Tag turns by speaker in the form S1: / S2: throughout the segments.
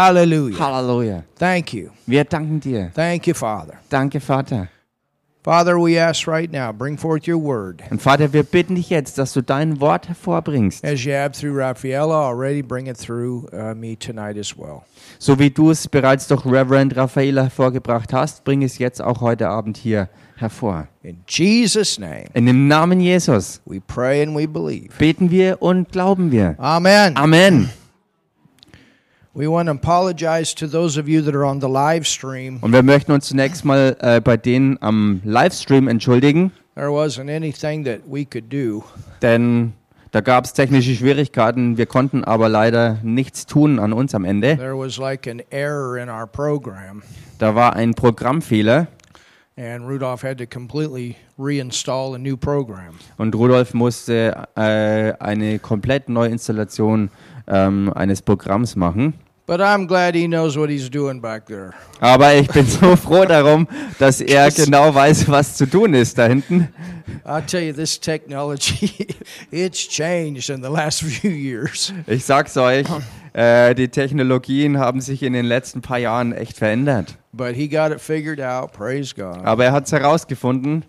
S1: Hallelujah.
S2: Halleluja.
S1: Thank you.
S2: Wir danken dir.
S1: Thank you, Father.
S2: Danke, Vater.
S1: Father, we ask right now, bring forth your word.
S2: Und Vater, wir bitten dich jetzt, dass du dein Wort hervorbringst,
S1: As you have through Rafaela already, bring it through uh, me tonight as well.
S2: so wie du es bereits durch Reverend Raphael hervorgebracht hast, bring es jetzt auch heute Abend hier hervor.
S1: In Jesus' name,
S2: In dem Namen Jesus
S1: we pray and we believe.
S2: beten wir und glauben wir.
S1: Amen.
S2: Amen.
S1: We want to apologize to those of you that are on the live stream.
S2: Und wir möchten uns zunächst mal äh, bei denen am Livestream entschuldigen,
S1: There wasn't anything that we could do.
S2: denn da gab es technische Schwierigkeiten. Wir konnten aber leider nichts tun an uns am Ende.
S1: There was like an error in our program,
S2: Da war ein Programmfehler
S1: and Rudolph had to completely reinstall a new program.
S2: und Rudolf musste äh, eine komplett neue Installation ähm, eines Programms machen.
S1: But I'm glad he knows what he's doing back there.
S2: Aber ich bin so froh darum, dass er genau weiß, was zu tun ist da hinten.
S1: I tell you, this technology, it's changed in the last few years.
S2: Ich sag's euch, äh, die Technologien haben sich in den letzten paar Jahren echt verändert.
S1: But he got it figured out, praise God.
S2: Aber er hat's herausgefunden.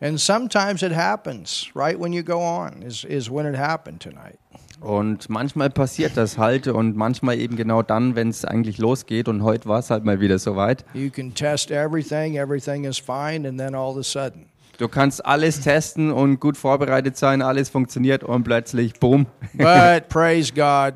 S1: And sometimes it happens right when you go on, is, is when it happened tonight.
S2: Und manchmal passiert das halt und manchmal eben genau dann, wenn es eigentlich losgeht. Und heute war es halt mal wieder soweit.
S1: You can test everything, everything is fine, and then all of a sudden,
S2: Du kannst alles testen und gut vorbereitet sein, alles funktioniert und plötzlich, boom.
S1: But praise God,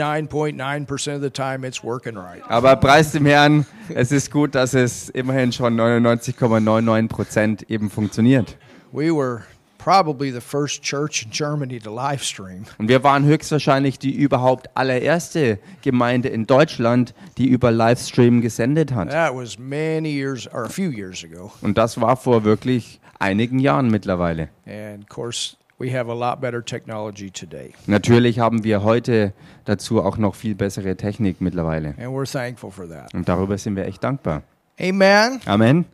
S1: 99.9% of the time it's working right.
S2: Aber preis dem Herrn, es ist gut, dass es immerhin schon 99,99 Prozent eben funktioniert.
S1: We were probably the first church in Germany to live stream.
S2: Und wir waren höchstwahrscheinlich die überhaupt allererste Gemeinde in Deutschland, die über Livestream gesendet hat.
S1: That was many years or a few years ago.
S2: Und das war vor wirklich einigen Jahren mittlerweile.
S1: And of course, we have a lot better technology today.
S2: Natürlich haben wir heute dazu auch noch viel bessere Technik mittlerweile.
S1: And we're thankful for that.
S2: Und darüber sind wir echt dankbar.
S1: Amen.
S2: Amen.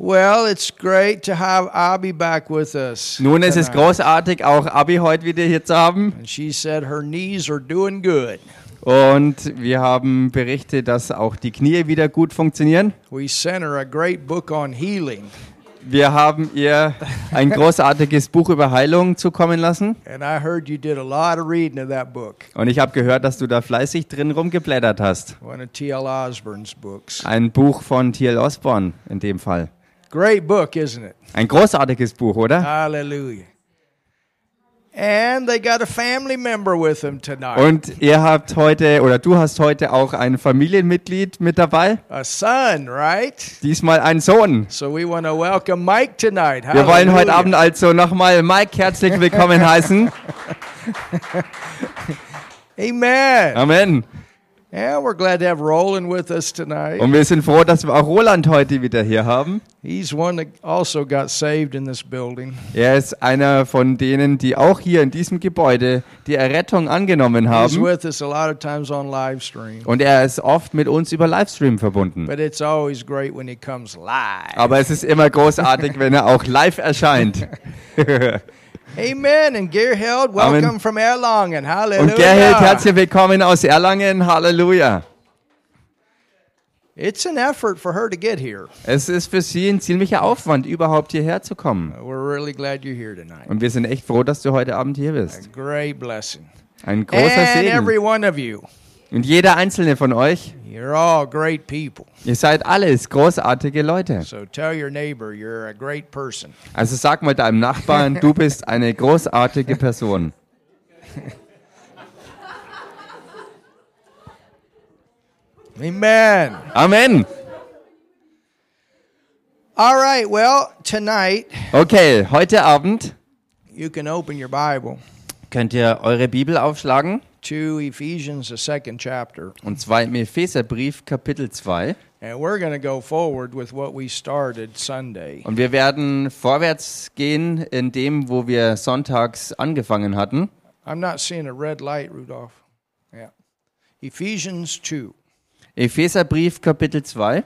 S1: Well, it's great to have Abby back with us.
S2: Nun ist es
S1: tonight.
S2: großartig, auch Abi heute wieder hier zu haben.
S1: And she said her knees are doing good.
S2: Und wir haben Berichte, dass auch die Knie wieder gut funktionieren.
S1: We sent her a great book on healing.
S2: Wir haben ihr ein großartiges Buch über Heilung zukommen lassen.
S1: And I heard you did a lot of reading of that book.
S2: Und ich habe gehört, dass du da fleißig drin rumgeblättert hast.
S1: One of T.L. Osborne's books.
S2: Ein Buch von T.L. Osborne in dem Fall.
S1: Great book, isn't it?
S2: Ein großartiges Buch, oder?
S1: Hallelujah. And they got a family member with them tonight.
S2: Und ihr habt heute, oder du hast heute auch ein Familienmitglied mit dabei.
S1: a son, right?
S2: Diesmal einen Sohn.
S1: So we want to welcome Mike tonight.
S2: Wir wollen heute
S1: Hallelujah.
S2: Abend also nochmal Mike herzlich willkommen heißen.
S1: Amen.
S2: Amen.
S1: yeah, we're glad to have Roland with us tonight.
S2: Und wir sind froh, dass wir auch Roland heute wieder hier haben.
S1: He's one that also got saved in this building.
S2: Er ist einer von denen, die auch hier in diesem Gebäude die Errettung angenommen
S1: He's
S2: haben.
S1: with us a lot of times on live stream.
S2: Und er ist oft mit uns über Livestream verbunden.
S1: But it's always great when he comes live.
S2: Aber es ist immer großartig, wenn er auch live erscheint.
S1: Amen. And Gerheld, welcome
S2: Amen.
S1: from Erlangen. Hallelujah.
S2: Und Gerhild, herzlich willkommen aus Erlangen. Halleluja.
S1: It's an effort for her to get here.
S2: Es ist für sie ein ziemlicher Aufwand, überhaupt hierher zu kommen.
S1: We're really glad you're here tonight.
S2: Und wir sind echt froh, dass du heute Abend hier bist.
S1: Great blessing.
S2: Ein großer
S1: And
S2: Segen.
S1: every one of you,
S2: Und jeder einzelne von euch,
S1: you're all great people.
S2: ihr seid alles großartige Leute.
S1: So tell your neighbor you're a great person.
S2: Also sag mal deinem Nachbarn, du bist eine großartige Person.
S1: Amen.
S2: Amen.
S1: All right. Well, tonight
S2: Okay, heute Abend
S1: you can open your Bible
S2: könnt ihr eure Bibel aufschlagen.
S1: to Ephesians, the second chapter,
S2: Und zwar im Epheserbrief Kapitel 2.
S1: and we're going to go forward with what we started Sunday.
S2: Und wir werden vorwärts gehen in dem, wo wir sonntags angefangen hatten.
S1: I'm not seeing a red light, Rudolph. Yeah. Ephesians 2.
S2: Epheserbrief Kapitel 2.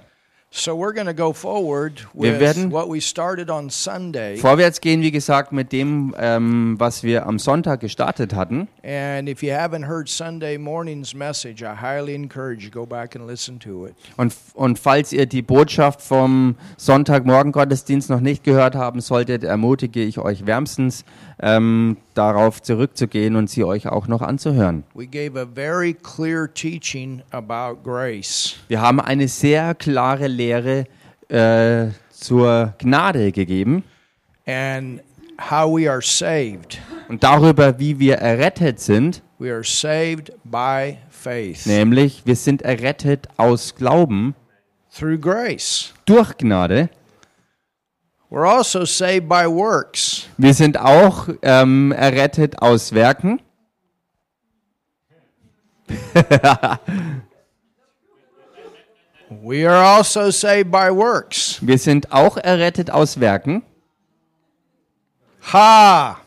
S1: So we're going to go forward
S2: Wir
S1: with
S2: werden-
S1: what we started on Sunday.
S2: Vorwärts gehen, wie gesagt, mit dem, ähm, was wir am Sonntag gestartet hatten.
S1: And if you haven't heard Sunday morning's message, I highly encourage you go back and listen to it.
S2: Und, und falls ihr die Botschaft vom Sonntagmorgen-Gottesdienst noch nicht gehört haben solltet, ermutige ich euch wärmstens, ähm, darauf zurückzugehen und sie euch auch noch anzuhören.
S1: We gave a very clear teaching about grace.
S2: Wir haben eine sehr klare Lehre äh, zur Gnade gegeben
S1: and how we are saved.
S2: und darüber, wie wir errettet sind,
S1: We are saved by faith
S2: nämlich wir sind errettet aus Glauben
S1: through grace.
S2: durch Gnade.
S1: We're also saved by works.
S2: Wir sind auch ähm, errettet aus Werken.
S1: We are also saved by works.
S2: Wir sind auch errettet aus Werken.
S1: Ha!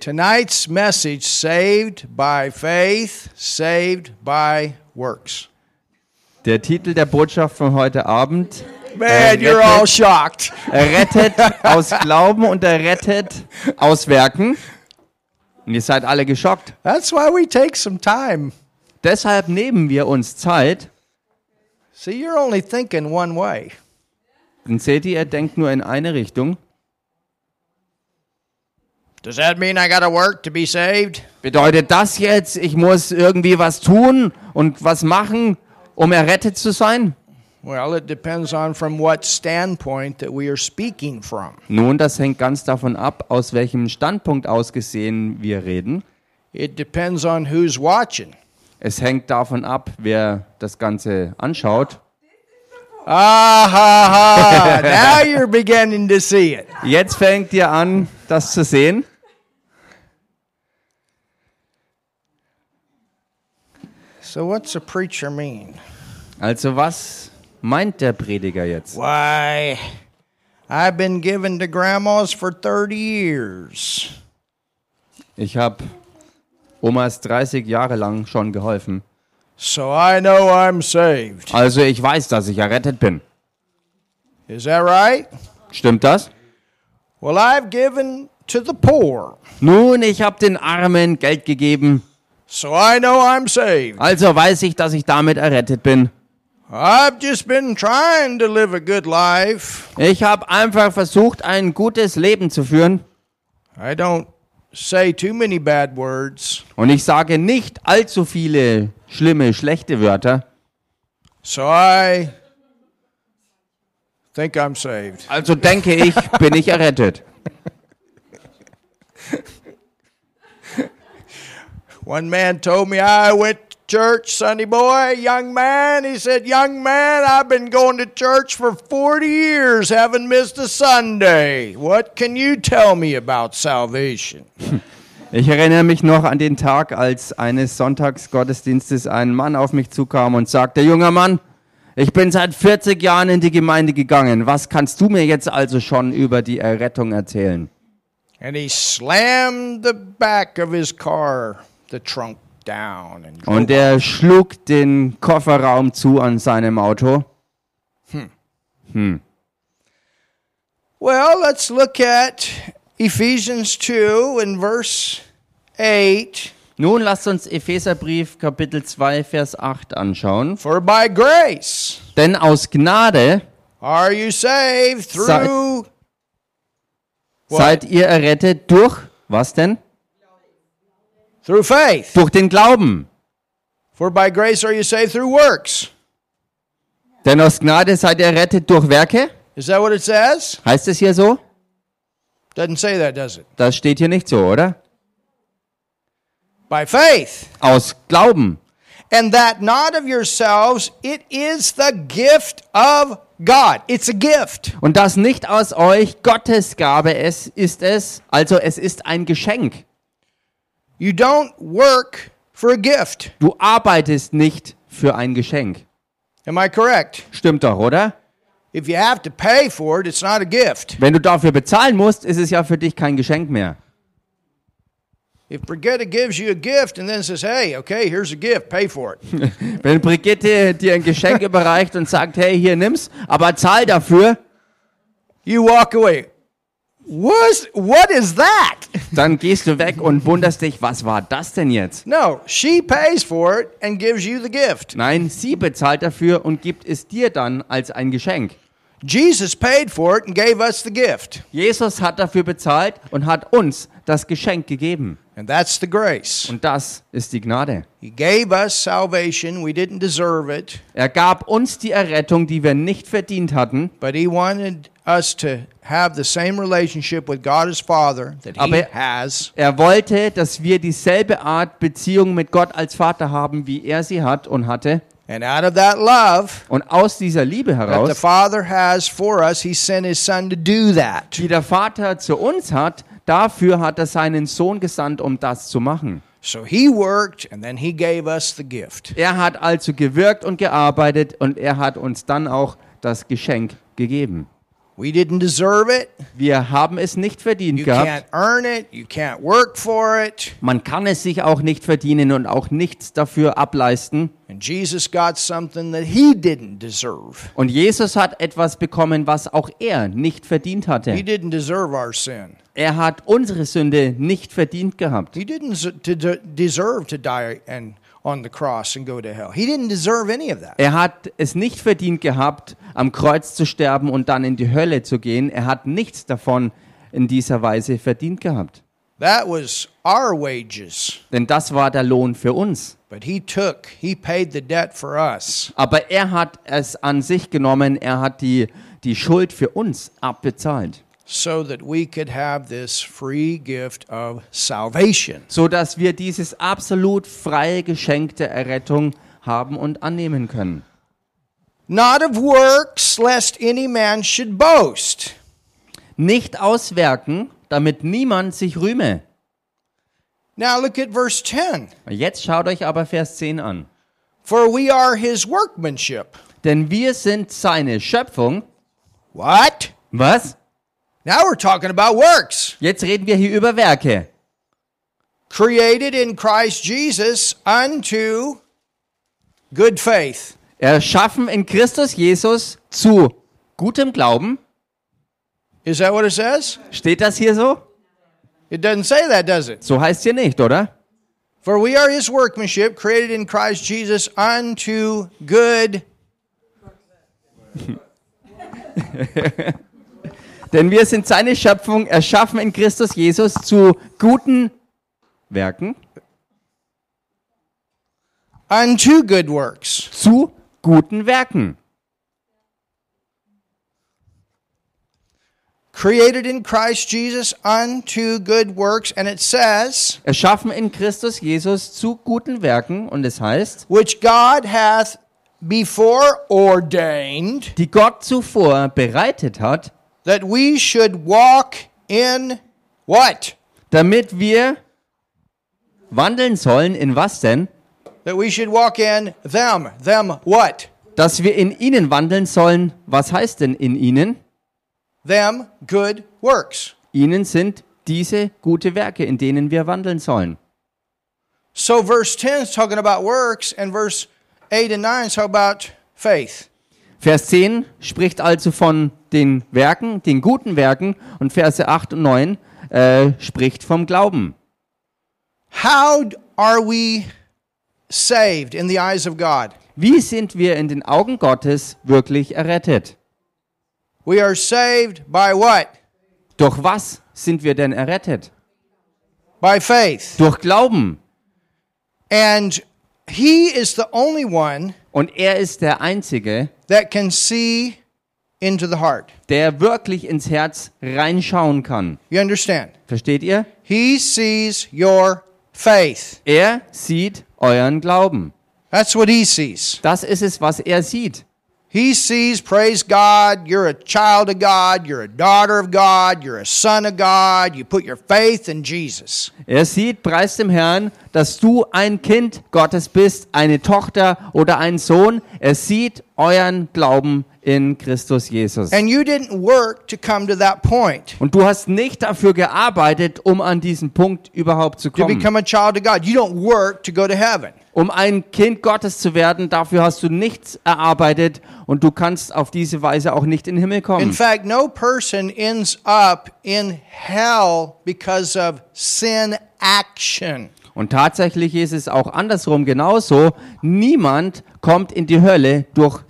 S1: Tonight's message saved by faith, saved by works.
S2: Der Titel der Botschaft von heute Abend:
S1: Man, you're all shocked.
S2: Errettet aus Glauben und errettet aus Werken. Und ihr seid alle geschockt.
S1: That's why we take some time
S2: Deshalb nehmen wir uns Zeit.
S1: See, you're only thinking one way.
S2: Dann seht ihr, er denkt nur in eine Richtung.
S1: Does that mean I got to work to be saved?
S2: Bedeutet das jetzt, ich muss irgendwie was tun und was machen, um errettet zu sein?
S1: Well, it depends on from what standpoint that we are speaking from.
S2: Nun, das hängt ganz davon ab, aus welchem Standpunkt aus gesehen wir reden.
S1: It depends on who's watching.
S2: Es hängt davon ab, wer das Ganze anschaut.
S1: Ah ha ha! now you're beginning to see it.
S2: Jetzt fängt ihr an, das zu sehen.
S1: So, what's a preacher mean?
S2: Also was meint der Prediger jetzt?
S1: Why, I've been giving to grandmas for 30 years.
S2: Ich habe Omas 30 Jahre lang schon geholfen.
S1: So I know I'm saved.
S2: Also ich weiß, dass ich errettet bin.
S1: Is that right?
S2: Stimmt das?
S1: Well, I've given to the poor.
S2: Nun, ich habe den Armen Geld gegeben.
S1: So I know I'm saved.
S2: Also weiß ich, dass ich damit errettet bin.
S1: I've just been trying to live a good life.
S2: Ich habe einfach versucht, ein gutes Leben zu führen.
S1: I don't say too many bad words,
S2: Und ich sage nicht allzu viele schlimme, schlechte Wörter.
S1: so I think I'm saved.
S2: Also denke ich, bin ich errettet.
S1: One man told me I went to church, Sonny boy, young man. He said, Young man, I've been going to church for 40 years, haven't missed a Sunday. What can you tell me about salvation?
S2: Ich erinnere mich noch an den Tag, als eines Sonntagsgottesdienstes ein Mann auf mich zukam und sagte, junger Mann, ich bin seit 40 Jahren in die Gemeinde gegangen. Was kannst du mir jetzt also schon über die Errettung erzählen?
S1: And he slammed the back of his car, the trunk down, and drove
S2: Und er schlug den Kofferraum zu an seinem Auto.
S1: Well, let's look at Ephesians 2 and verse 8.
S2: Nun lasst uns Epheserbrief Kapitel 2, Vers 8 anschauen.
S1: For by grace
S2: Denn aus Gnade
S1: are you saved through. What?
S2: seid ihr errettet durch, was denn?
S1: Through faith.
S2: Durch den Glauben.
S1: For by grace are you saved through works.
S2: Denn aus Gnade seid ihr errettet durch Werke?
S1: Is that what it says?
S2: Heißt es hier so?
S1: Doesn't say that, does it?
S2: Das steht hier nicht so, oder?
S1: By faith.
S2: Aus Glauben.
S1: And that not of yourselves, it is the gift of God. It's a gift.
S2: Und das nicht aus euch, Gottes Gabe es ist es, also es ist ein Geschenk.
S1: You don't work for a gift.
S2: Du arbeitest nicht für ein Geschenk.
S1: Am I correct?
S2: Stimmt doch, oder?
S1: If you have to pay for it, it's not a gift.
S2: Wenn du dafür bezahlen musst, ist es ja für dich kein Geschenk mehr.
S1: If Brigitte gives you a gift and then says, hey, okay, here's a gift, pay for it.
S2: Wenn Brigitte dir ein Geschenk überreicht und sagt, hey, hier nimm's, aber zahl dafür,
S1: You walk away. Was, what is that?
S2: dann gehst du weg und wunderst dich, was war das denn jetzt?
S1: No, she pays for it and gives you the gift.
S2: Nein, sie bezahlt dafür und gibt es dir dann als ein Geschenk.
S1: Jesus paid for it and gave us the gift.
S2: Jesus hat dafür bezahlt und hat uns das Geschenk gegeben.
S1: And that's the grace.
S2: Und das ist die Gnade.
S1: He gave us salvation. We didn't deserve it,
S2: Er gab uns die Errettung, die wir nicht verdient hatten,
S1: but He wanted us to have the same relationship with God as Father that He
S2: Aber-
S1: has.
S2: Er wollte, dass wir dieselbe Art Beziehung mit Gott als Vater haben, wie er sie hat und hatte.
S1: And out of that love
S2: Und aus dieser Liebe
S1: that the
S2: heraus,
S1: Father has for us, He sent His Son to do that.
S2: die der Vater zu uns hat, dafür hat er seinen Sohn gesandt, um das zu machen.
S1: So He worked, and then He gave us the gift.
S2: Er hat also gewirkt und gearbeitet und er hat uns dann auch das Geschenk gegeben.
S1: We didn't deserve it.
S2: Wir haben es nicht verdient
S1: You can't
S2: gehabt.
S1: earn it. You can't work for it.
S2: Man kann es sich auch nicht verdienen und auch nichts dafür ableisten.
S1: And Jesus got something that He didn't deserve.
S2: Und Jesus hat etwas bekommen, was auch er nicht verdient hatte.
S1: He didn't deserve our sin.
S2: Er hat unsere Sünde nicht verdient gehabt.
S1: He didn't z- to de- deserve to die and on the cross and go to hell. He didn't deserve any of that.
S2: Er hat es nicht verdient gehabt, am Kreuz zu sterben und dann in die Hölle zu gehen. Er hat nichts davon in dieser Weise verdient gehabt.
S1: That was our wages.
S2: Denn das war der Lohn für uns.
S1: But he took, he paid the debt for us.
S2: Aber er hat es an sich genommen. Er hat die, die Schuld für uns abbezahlt.
S1: So that we could have this free gift of salvation.
S2: Sodass wir dieses absolut freie Geschenk der Errettung haben und annehmen können.
S1: Not of works, lest any man should boast.
S2: Nicht auswerken, damit niemand sich rühme.
S1: Now look at verse 10.
S2: Jetzt schaut euch aber Vers 10 an.
S1: For we are his workmanship.
S2: Denn wir sind seine Schöpfung.
S1: What?
S2: Was?
S1: Now we're talking about works.
S2: Jetzt reden wir hier über Werke.
S1: Created in Christ Jesus unto good faith.
S2: Erschaffen in Christus Jesus zu gutem Glauben.
S1: Is that what it says?
S2: Steht das hier so?
S1: It doesn't say that, does it?
S2: So heißt hier nicht, oder?
S1: For we are his workmanship, created in Christ Jesus unto good.
S2: Denn wir sind seine Schöpfung, erschaffen in Christus Jesus zu guten Werken,
S1: Unto good works.
S2: zu guten Werken.
S1: Created in Christ Jesus unto good works. And it says,
S2: Erschaffen in Christus Jesus zu guten Werken. Und es heißt,
S1: which God hath before ordained
S2: die Gott zuvor bereitet hat,
S1: that we should walk in what?
S2: damit wir wandeln sollen in was denn?
S1: That we should walk in them. Them what?
S2: Dass wir in ihnen wandeln sollen. Was heißt denn in ihnen?
S1: Them good works.
S2: Ihnen sind diese gute Werke, in denen wir wandeln sollen.
S1: So verse 10 is talking about works, and verse 8 and 9 is talking about faith.
S2: Vers 10 spricht also von den Werken, den guten Werken, und Verse 8 und 9 äh, spricht vom Glauben.
S1: How d- are we saved in the eyes of God?
S2: Wie sind wir in den Augen Gottes wirklich errettet?
S1: We are saved by what?
S2: Durch was sind wir denn errettet?
S1: By faith.
S2: Durch Glauben.
S1: And He is the only one
S2: Und er ist der Einzige,
S1: that can see into the heart.
S2: der wirklich ins Herz reinschauen kann.
S1: You understand?
S2: Versteht ihr?
S1: He sees your faith.
S2: Er sieht euren Glauben.
S1: That's what he sees.
S2: Das ist es, was er sieht.
S1: He sees, praise God, you're a child of God, you're a daughter of God, you're a son of God, you put your faith in Jesus.
S2: Er sieht, preis dem Herrn, dass du ein Kind Gottes bist, eine Tochter oder ein Sohn. Er sieht euren Glauben in Christus Jesus.
S1: And you didn't work to come to that point,
S2: Und du hast nicht dafür gearbeitet, um an diesen Punkt überhaupt zu
S1: to
S2: kommen.
S1: become a child of God. You don't work to go to heaven.
S2: Um ein Kind Gottes zu werden, dafür hast du nichts erarbeitet und du kannst auf diese Weise auch nicht in den Himmel
S1: In
S2: kommen.
S1: fact, no person ends up in hell because of sin action.
S2: Und tatsächlich ist es auch andersrum genauso. Niemand kommt in die Hölle durch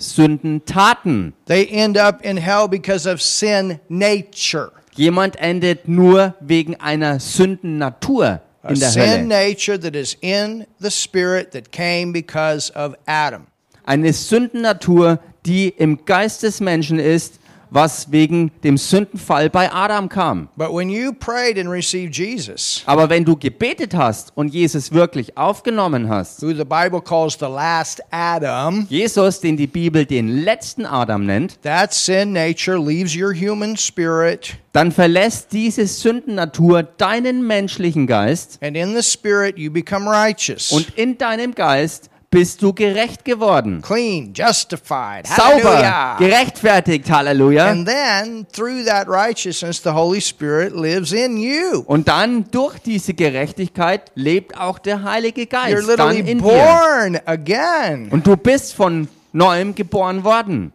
S2: Sündentaten.
S1: They end up in hell because of sin nature.
S2: Jemand endet nur wegen einer Sündennatur
S1: A
S2: in der
S1: sin
S2: Hölle.
S1: nature that is in the spirit that came because of Adam.
S2: Eine Sündennatur, die im Geist des Menschen ist, was wegen dem Sündenfall bei Adam kam.
S1: But when you prayed and received Jesus,
S2: Aber wenn du gebetet hast und Jesus wirklich aufgenommen hast,
S1: who the Bible calls the last Adam,
S2: Jesus, den die Bibel den letzten Adam nennt,
S1: that sin nature leaves your human spirit,
S2: dann verlässt diese Sündennatur deinen menschlichen Geist
S1: and in the spirit you become righteous,
S2: und in deinem Geist bist du gerecht geworden.
S1: clean, justified,
S2: Sauber,
S1: hallelujah.
S2: gerechtfertigt, Halleluja.
S1: And then through that righteousness, the Holy Spirit lives in you.
S2: Und dann durch diese Gerechtigkeit lebt auch der Heilige
S1: You're
S2: Geist dann
S1: literally
S2: Oh, in dir.
S1: born again.
S2: Und du bist von neuem geboren worden.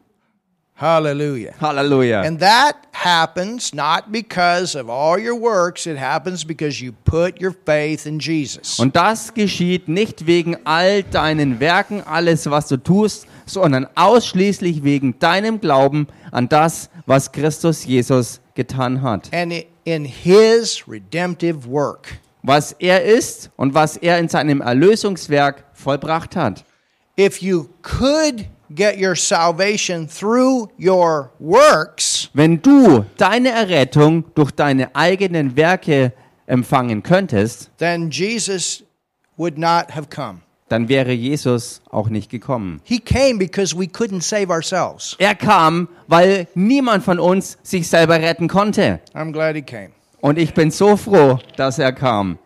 S1: Hallelujah.
S2: Halleluja.
S1: And that happens not because of all your works, it happens because you put your faith in Jesus.
S2: Und das geschieht nicht wegen all deinen Werken, alles, was du tust, sondern ausschließlich wegen deinem Glauben an das, was Christus Jesus getan hat.
S1: And i- in his redemptive work.
S2: Was er ist und was er in seinem Erlösungswerk vollbracht hat.
S1: If you could get your salvation through your works,
S2: Wenn du deine Errettung durch deine eigenen Werke empfangen könntest,
S1: then Jesus would not have come.
S2: dann wäre Jesus auch nicht gekommen.
S1: He came because we couldn't save ourselves.
S2: Er kam, weil niemand von uns sich selber retten konnte.
S1: I'm glad he came.
S2: Und ich bin so froh, dass er kam.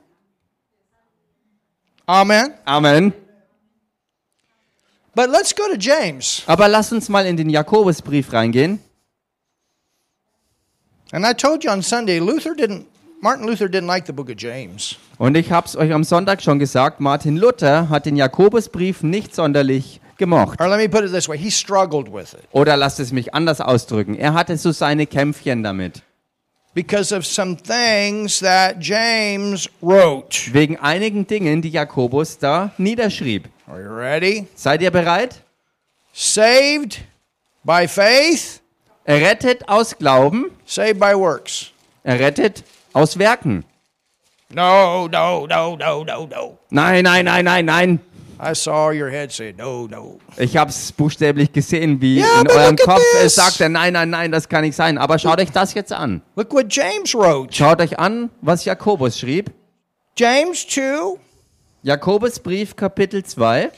S1: Amen.
S2: Amen.
S1: But let's go to James.
S2: Aber lass uns mal in den Jakobusbrief reingehen.
S1: And I told you on Sunday, Luther didn't, Martin Luther didn't like the book of James.
S2: Und ich hab's euch am Sonntag schon gesagt, Martin Luther hat den Jakobusbrief nicht sonderlich gemocht.
S1: Or let me put it this way he struggled with it
S2: Oder lasst es mich anders ausdrücken. Er hatte so seine Kämpfchen damit.
S1: because of some things that James wrote.
S2: Wegen einigen Dingen, die Jakobus da niederschrieb.
S1: Are you ready?
S2: Seid ihr bereit?
S1: Saved by faith,
S2: Errettet aus Glauben,
S1: saved by works.
S2: errettet aus Werken.
S1: No, no, no, no, no, no.
S2: Nein, nein, nein, nein, nein.
S1: I saw your head say, no, no.
S2: Ich hab's buchstäblich gesehen, wie
S1: Ja,
S2: in
S1: aber
S2: eurem
S1: look at
S2: Kopf es
S1: this.
S2: sagte, nein, nein, nein, das kann nicht sein. Aber schaut euch das jetzt an.
S1: Look what James wrote.
S2: Schaut euch an, was Jakobus schrieb.
S1: James 2,
S2: Jakobusbrief Kapitel 2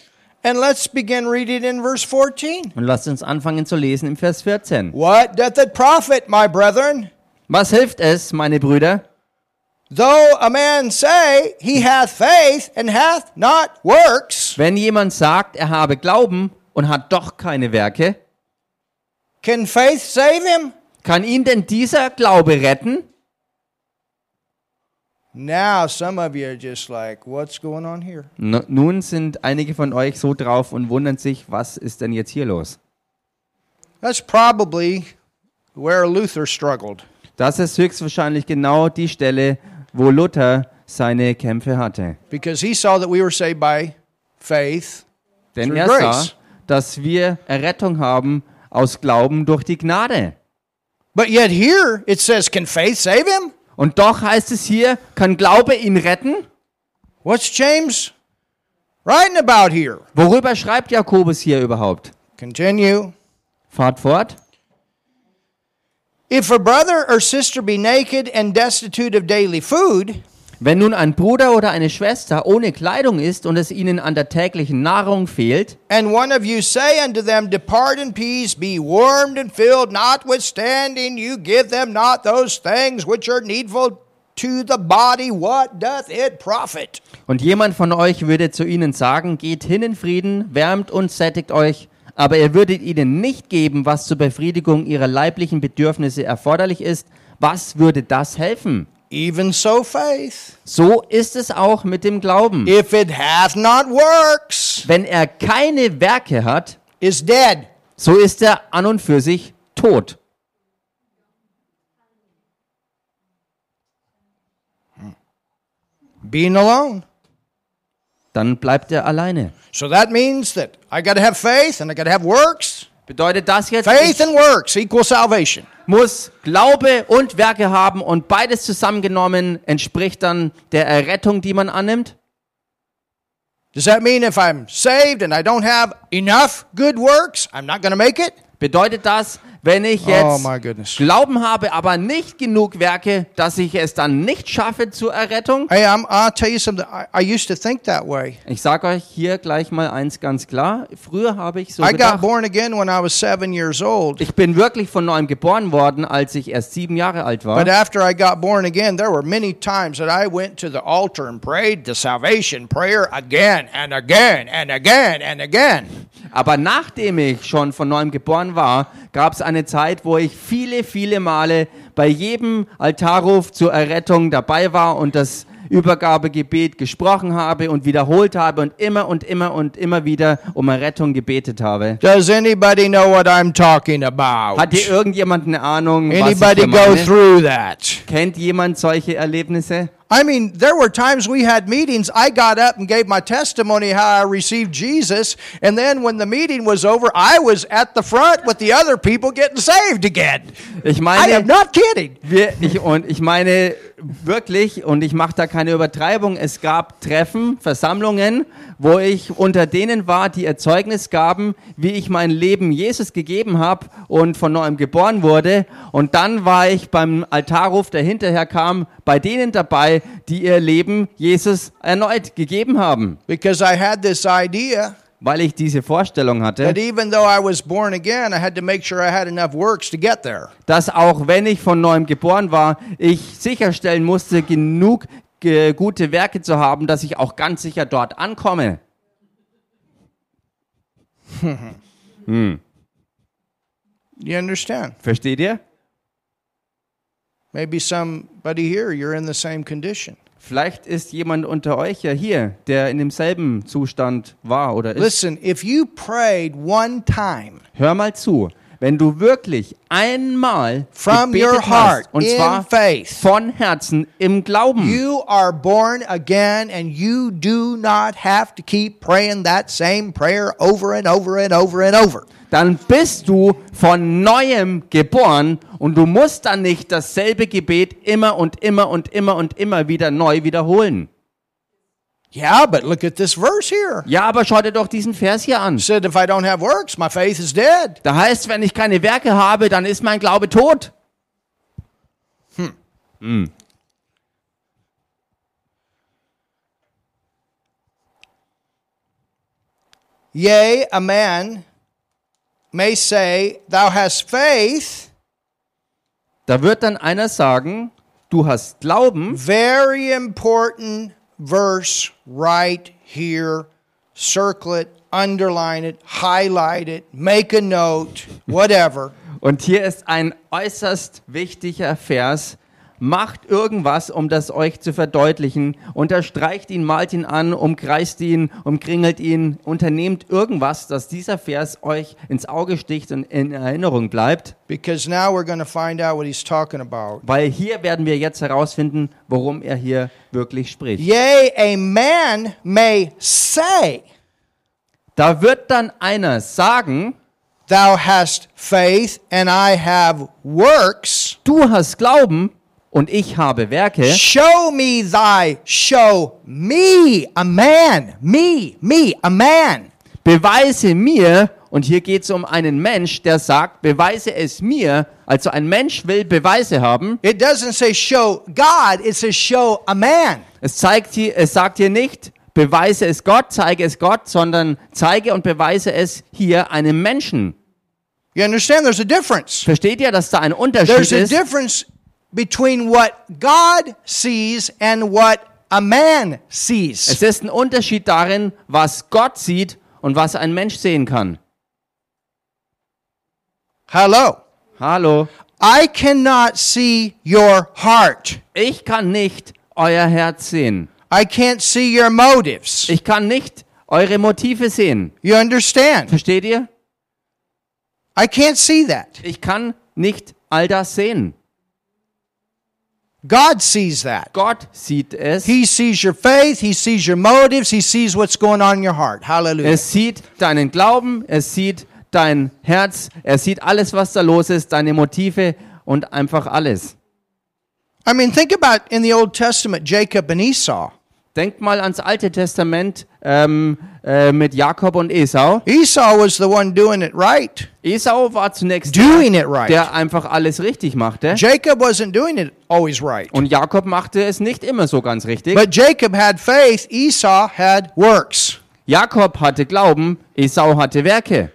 S1: and let's begin reading in verse 14.
S2: und lasst uns anfangen zu lesen im Vers 14.
S1: What doth it profit, my brethren?
S2: Was hilft es, meine Brüder,
S1: Though a man say he hath faith and hath not works,
S2: wenn jemand sagt, er habe Glauben und hat doch keine Werke?
S1: can faith save him?
S2: Kann ihn denn dieser Glaube retten?
S1: Now, some of you are just like, what's going on here?
S2: N nun sind einige von euch so drauf und wundern sich, was ist denn jetzt hier los?
S1: That's probably where Luther struggled.
S2: Das ist höchstwahrscheinlich genau die Stelle, wo Luther seine Kämpfe hatte.
S1: Because he saw that we were saved by faith.
S2: Denn
S1: Through
S2: er sah,
S1: grace.
S2: dass wir Errettung haben aus Glauben durch die Gnade.
S1: But yet here it says, can faith save him?
S2: Und doch heißt es hier, kann Glaube ihn retten?
S1: What's James writing about here?
S2: Worüber schreibt Jakobus hier überhaupt?
S1: Continue.
S2: Fahrt fort.
S1: If a brother or sister be naked and destitute of daily food,
S2: Wenn nun ein Bruder oder eine Schwester ohne Kleidung ist und es ihnen an der täglichen Nahrung fehlt,
S1: And one of you say unto them, Depart in peace, be warmed and filled, notwithstanding you give them not those things which are needful to the body, what doth it profit?
S2: Und jemand von euch würde zu ihnen sagen, geht hin in Frieden, wärmt und sättigt euch, aber ihr würdet ihnen nicht geben, was zur Befriedigung ihrer leiblichen Bedürfnisse erforderlich ist. Was würde das helfen?
S1: Even so, faith,
S2: So ist es auch mit dem Glauben.
S1: if it hath not works,
S2: Wenn er keine Werke hat,
S1: is dead.
S2: so ist er an und für sich tot.
S1: Being alone.
S2: Dann bleibt er alleine.
S1: So that means that I got to have faith and I got to have works.
S2: Bedeutet das jetzt,
S1: Faith
S2: ich
S1: and works equal salvation.
S2: muss Glaube und Werke haben und beides zusammengenommen entspricht dann der Errettung, die man annimmt?
S1: Does that mean if I'm saved and I don't have enough good works, I'm not going to make it?
S2: Bedeutet das, wenn ich jetzt
S1: Oh goodness.
S2: Glauben habe, aber nicht genug Werke, dass ich es dann nicht schaffe zur Errettung?
S1: Hey, I'm, I'll tell you something. I, I used to think that way.
S2: Ich sage euch hier gleich mal eins ganz klar. Früher habe ich so
S1: I got
S2: gedacht.
S1: born again when I was seven years old.
S2: Ich bin wirklich von neuem geboren worden, als ich erst sieben Jahre alt war.
S1: But after I got born again, there were many times that I went to the altar and prayed the salvation prayer again and again and again and again.
S2: Aber nachdem ich schon von neuem geboren war, gab es eine Zeit, wo ich viele, viele Male bei jedem Altarruf zur Errettung dabei war und das Übergabegebet gesprochen habe und wiederholt habe und immer und immer und immer wieder um Errettung gebetet habe.
S1: Does anybody know what I'm talking about?
S2: Hat hier irgendjemand eine Ahnung, was ich
S1: Anybody
S2: hier
S1: go
S2: meine?
S1: through that?
S2: Kennt jemand solche Erlebnisse?
S1: I mean, there were times we had meetings. I got up and gave my testimony how I received Jesus. And then when the meeting was over, I was at the front with the other people getting saved again.
S2: Ich
S1: I
S2: meine,
S1: am not kidding.
S2: Wir, ich, und ich meine wirklich, und ich mache da keine Übertreibung, es gab Treffen, Versammlungen, wo ich unter denen war, die Erzeugnis gaben, wie ich mein Leben Jesus gegeben habe und von neuem geboren wurde. Und dann war ich beim Altarruf, der hinterher kam, bei denen dabei, die ihr Leben Jesus erneut gegeben haben,
S1: Because I had this idea
S2: weil ich diese Vorstellung hatte.
S1: that even though I was born again, I had to make sure I had enough works to get there.
S2: dass auch wenn ich von neuem geboren war, ich sicherstellen musste, genug ge gute Werke zu haben, dass ich auch ganz sicher dort ankomme.
S1: You understand?
S2: Versteht ihr?
S1: Maybe somebody here, you're in the same condition.
S2: Vielleicht ist jemand unter euch ja hier, der in demselben Zustand war oder ist.
S1: Listen, if you prayed one time
S2: Hör mal zu. Wenn du wirklich einmal
S1: From
S2: gebetet
S1: your heart,
S2: hast, und
S1: in
S2: zwar
S1: faith.
S2: von Herzen im Glauben,
S1: You are born again and you do not have to keep praying that same prayer over and over and over and over.
S2: dann bist du von neuem geboren und du musst dann nicht dasselbe Gebet immer und immer und immer und immer wieder neu wiederholen.
S1: Yeah, but look at this verse here.
S2: Ja, aber schau dir doch diesen Vers hier an.
S1: It said, if I don't have works, my faith is dead.
S2: Da heißt, wenn ich keine Werke habe, dann ist mein Glaube tot.
S1: Yea, a man may say, Thou hast faith,
S2: Da wird dann einer sagen, du hast Glauben.
S1: very important verse right here. Circle it, underline it, highlight it, make a note, whatever.
S2: Und hier ist ein äußerst wichtiger Vers. Macht irgendwas, um das euch zu verdeutlichen. Unterstreicht ihn, malt ihn an, umkreist ihn, umkringelt ihn. Unternehmt irgendwas, dass dieser Vers euch ins Auge sticht und in Erinnerung bleibt.
S1: Because now we're going to find out what he's talking about.
S2: Weil hier werden wir jetzt herausfinden, worum er hier wirklich spricht.
S1: Yea, a man may say,
S2: Da wird dann einer sagen,
S1: Thou hast faith, and I have works.
S2: du hast Glauben und ich habe Werke.
S1: Show me thy, show me, a man, me, me, a man.
S2: Beweise mir, und hier geht es um einen Mensch, der sagt, beweise es mir. Also ein Mensch will Beweise haben.
S1: It doesn't say show God, it says show a man.
S2: Es, zeigt hier, es sagt hier nicht, beweise es Gott, zeige es Gott, sondern zeige und beweise es hier einem Menschen.
S1: You understand? There's a difference.
S2: Versteht ihr, dass da ein Unterschied
S1: There's a
S2: ist?
S1: difference between what God sees and what a man sees.
S2: Es ist ein Unterschied darin, was Gott sieht und was ein Mensch sehen kann.
S1: Hello.
S2: Hallo.
S1: I cannot see your heart.
S2: Ich kann nicht euer Herz sehen.
S1: I can't see your motives.
S2: Ich kann nicht eure Motive sehen.
S1: You understand?
S2: Versteht ihr?
S1: I can't see that.
S2: Ich kann nicht all das sehen.
S1: God sees that.
S2: Gott sieht es.
S1: He sees your faith, He sees your motives, He sees what's going on in your heart. Hallelujah.
S2: Es sieht deinen Glauben, es sieht dein Herz, er sieht alles, was da los ist, deine Motive und einfach alles.
S1: I mean, think about in the Old Testament Jacob and Esau.
S2: Denk mal ans Alte Testament ähm, äh, mit Jakob und Esau.
S1: Esau was the one doing it right,
S2: Esau war zunächst der,
S1: doing it right.
S2: der einfach alles richtig machte.
S1: Jacob wasn't doing it always right.
S2: Und Jakob machte es nicht immer so ganz richtig.
S1: But Jacob had faith, Esau had works.
S2: Jakob hatte Glauben, Esau hatte Werke.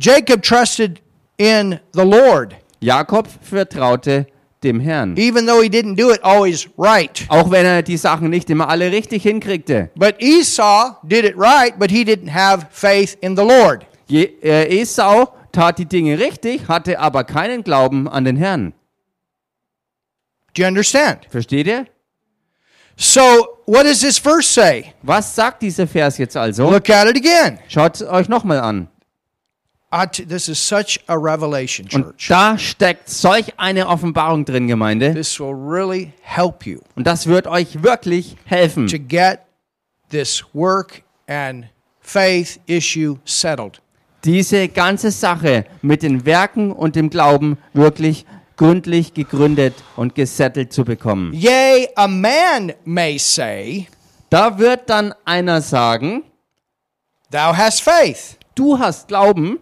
S1: Jacob trusted in the Lord,
S2: Jakob vertraute dem Herrn.
S1: even though he didn't do it always right.
S2: Auch wenn er die Sachen nicht immer alle richtig hinkriegte.
S1: But Esau did it right, but he didn't have faith in the Lord.
S2: Je, äh, Esau tat die Dinge richtig, hatte aber keinen Glauben an den Herrn.
S1: Do you understand?
S2: Versteht ihr?
S1: So, what does this verse say?
S2: Was sagt dieser Vers jetzt also?
S1: Look at it again.
S2: Schaut euch nochmal an.
S1: I t- this is such a revelation, church.
S2: Da steckt solch eine Offenbarung drin, Gemeinde.
S1: This will really help you
S2: Und das wird euch wirklich helfen,
S1: to get this work and faith issue settled.
S2: diese ganze Sache mit den Werken und dem Glauben wirklich gründlich gegründet und gesettelt zu bekommen.
S1: Yea, a man may say,
S2: Da wird dann einer sagen,
S1: Thou hast faith.
S2: du hast Glauben.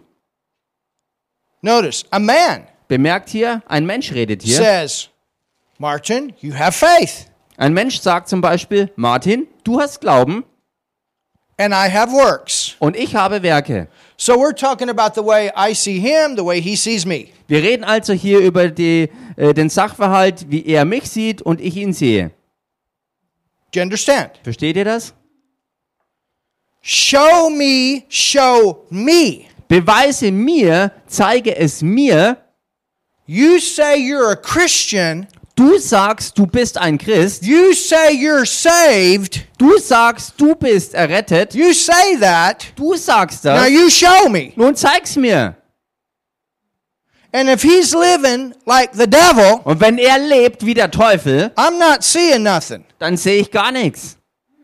S1: Notice, a man
S2: Bemerkt hier, ein Mensch redet hier.
S1: says, Martin, you have faith,
S2: Ein Mensch sagt zum Beispiel, Martin, du hast Glauben
S1: and I have works.
S2: und ich habe Werke.
S1: So we're talking about the way I see him, the way he sees me.
S2: Wir reden also hier über die, äh, den Sachverhalt, wie er mich sieht und ich ihn sehe.
S1: Do you understand?
S2: Versteht ihr das?
S1: Show me, show me.
S2: Beweise mir, zeige es mir.
S1: You say you're a Christian.
S2: Du sagst, du bist ein Christ.
S1: You say you're saved.
S2: Du sagst, du bist errettet.
S1: You say that.
S2: Du sagst
S1: Now
S2: das.
S1: you show me.
S2: Nun zeig's mir.
S1: And if he's living like the devil,
S2: Und wenn er lebt wie der Teufel,
S1: I'm not seeing nothing.
S2: dann sehe ich gar nichts.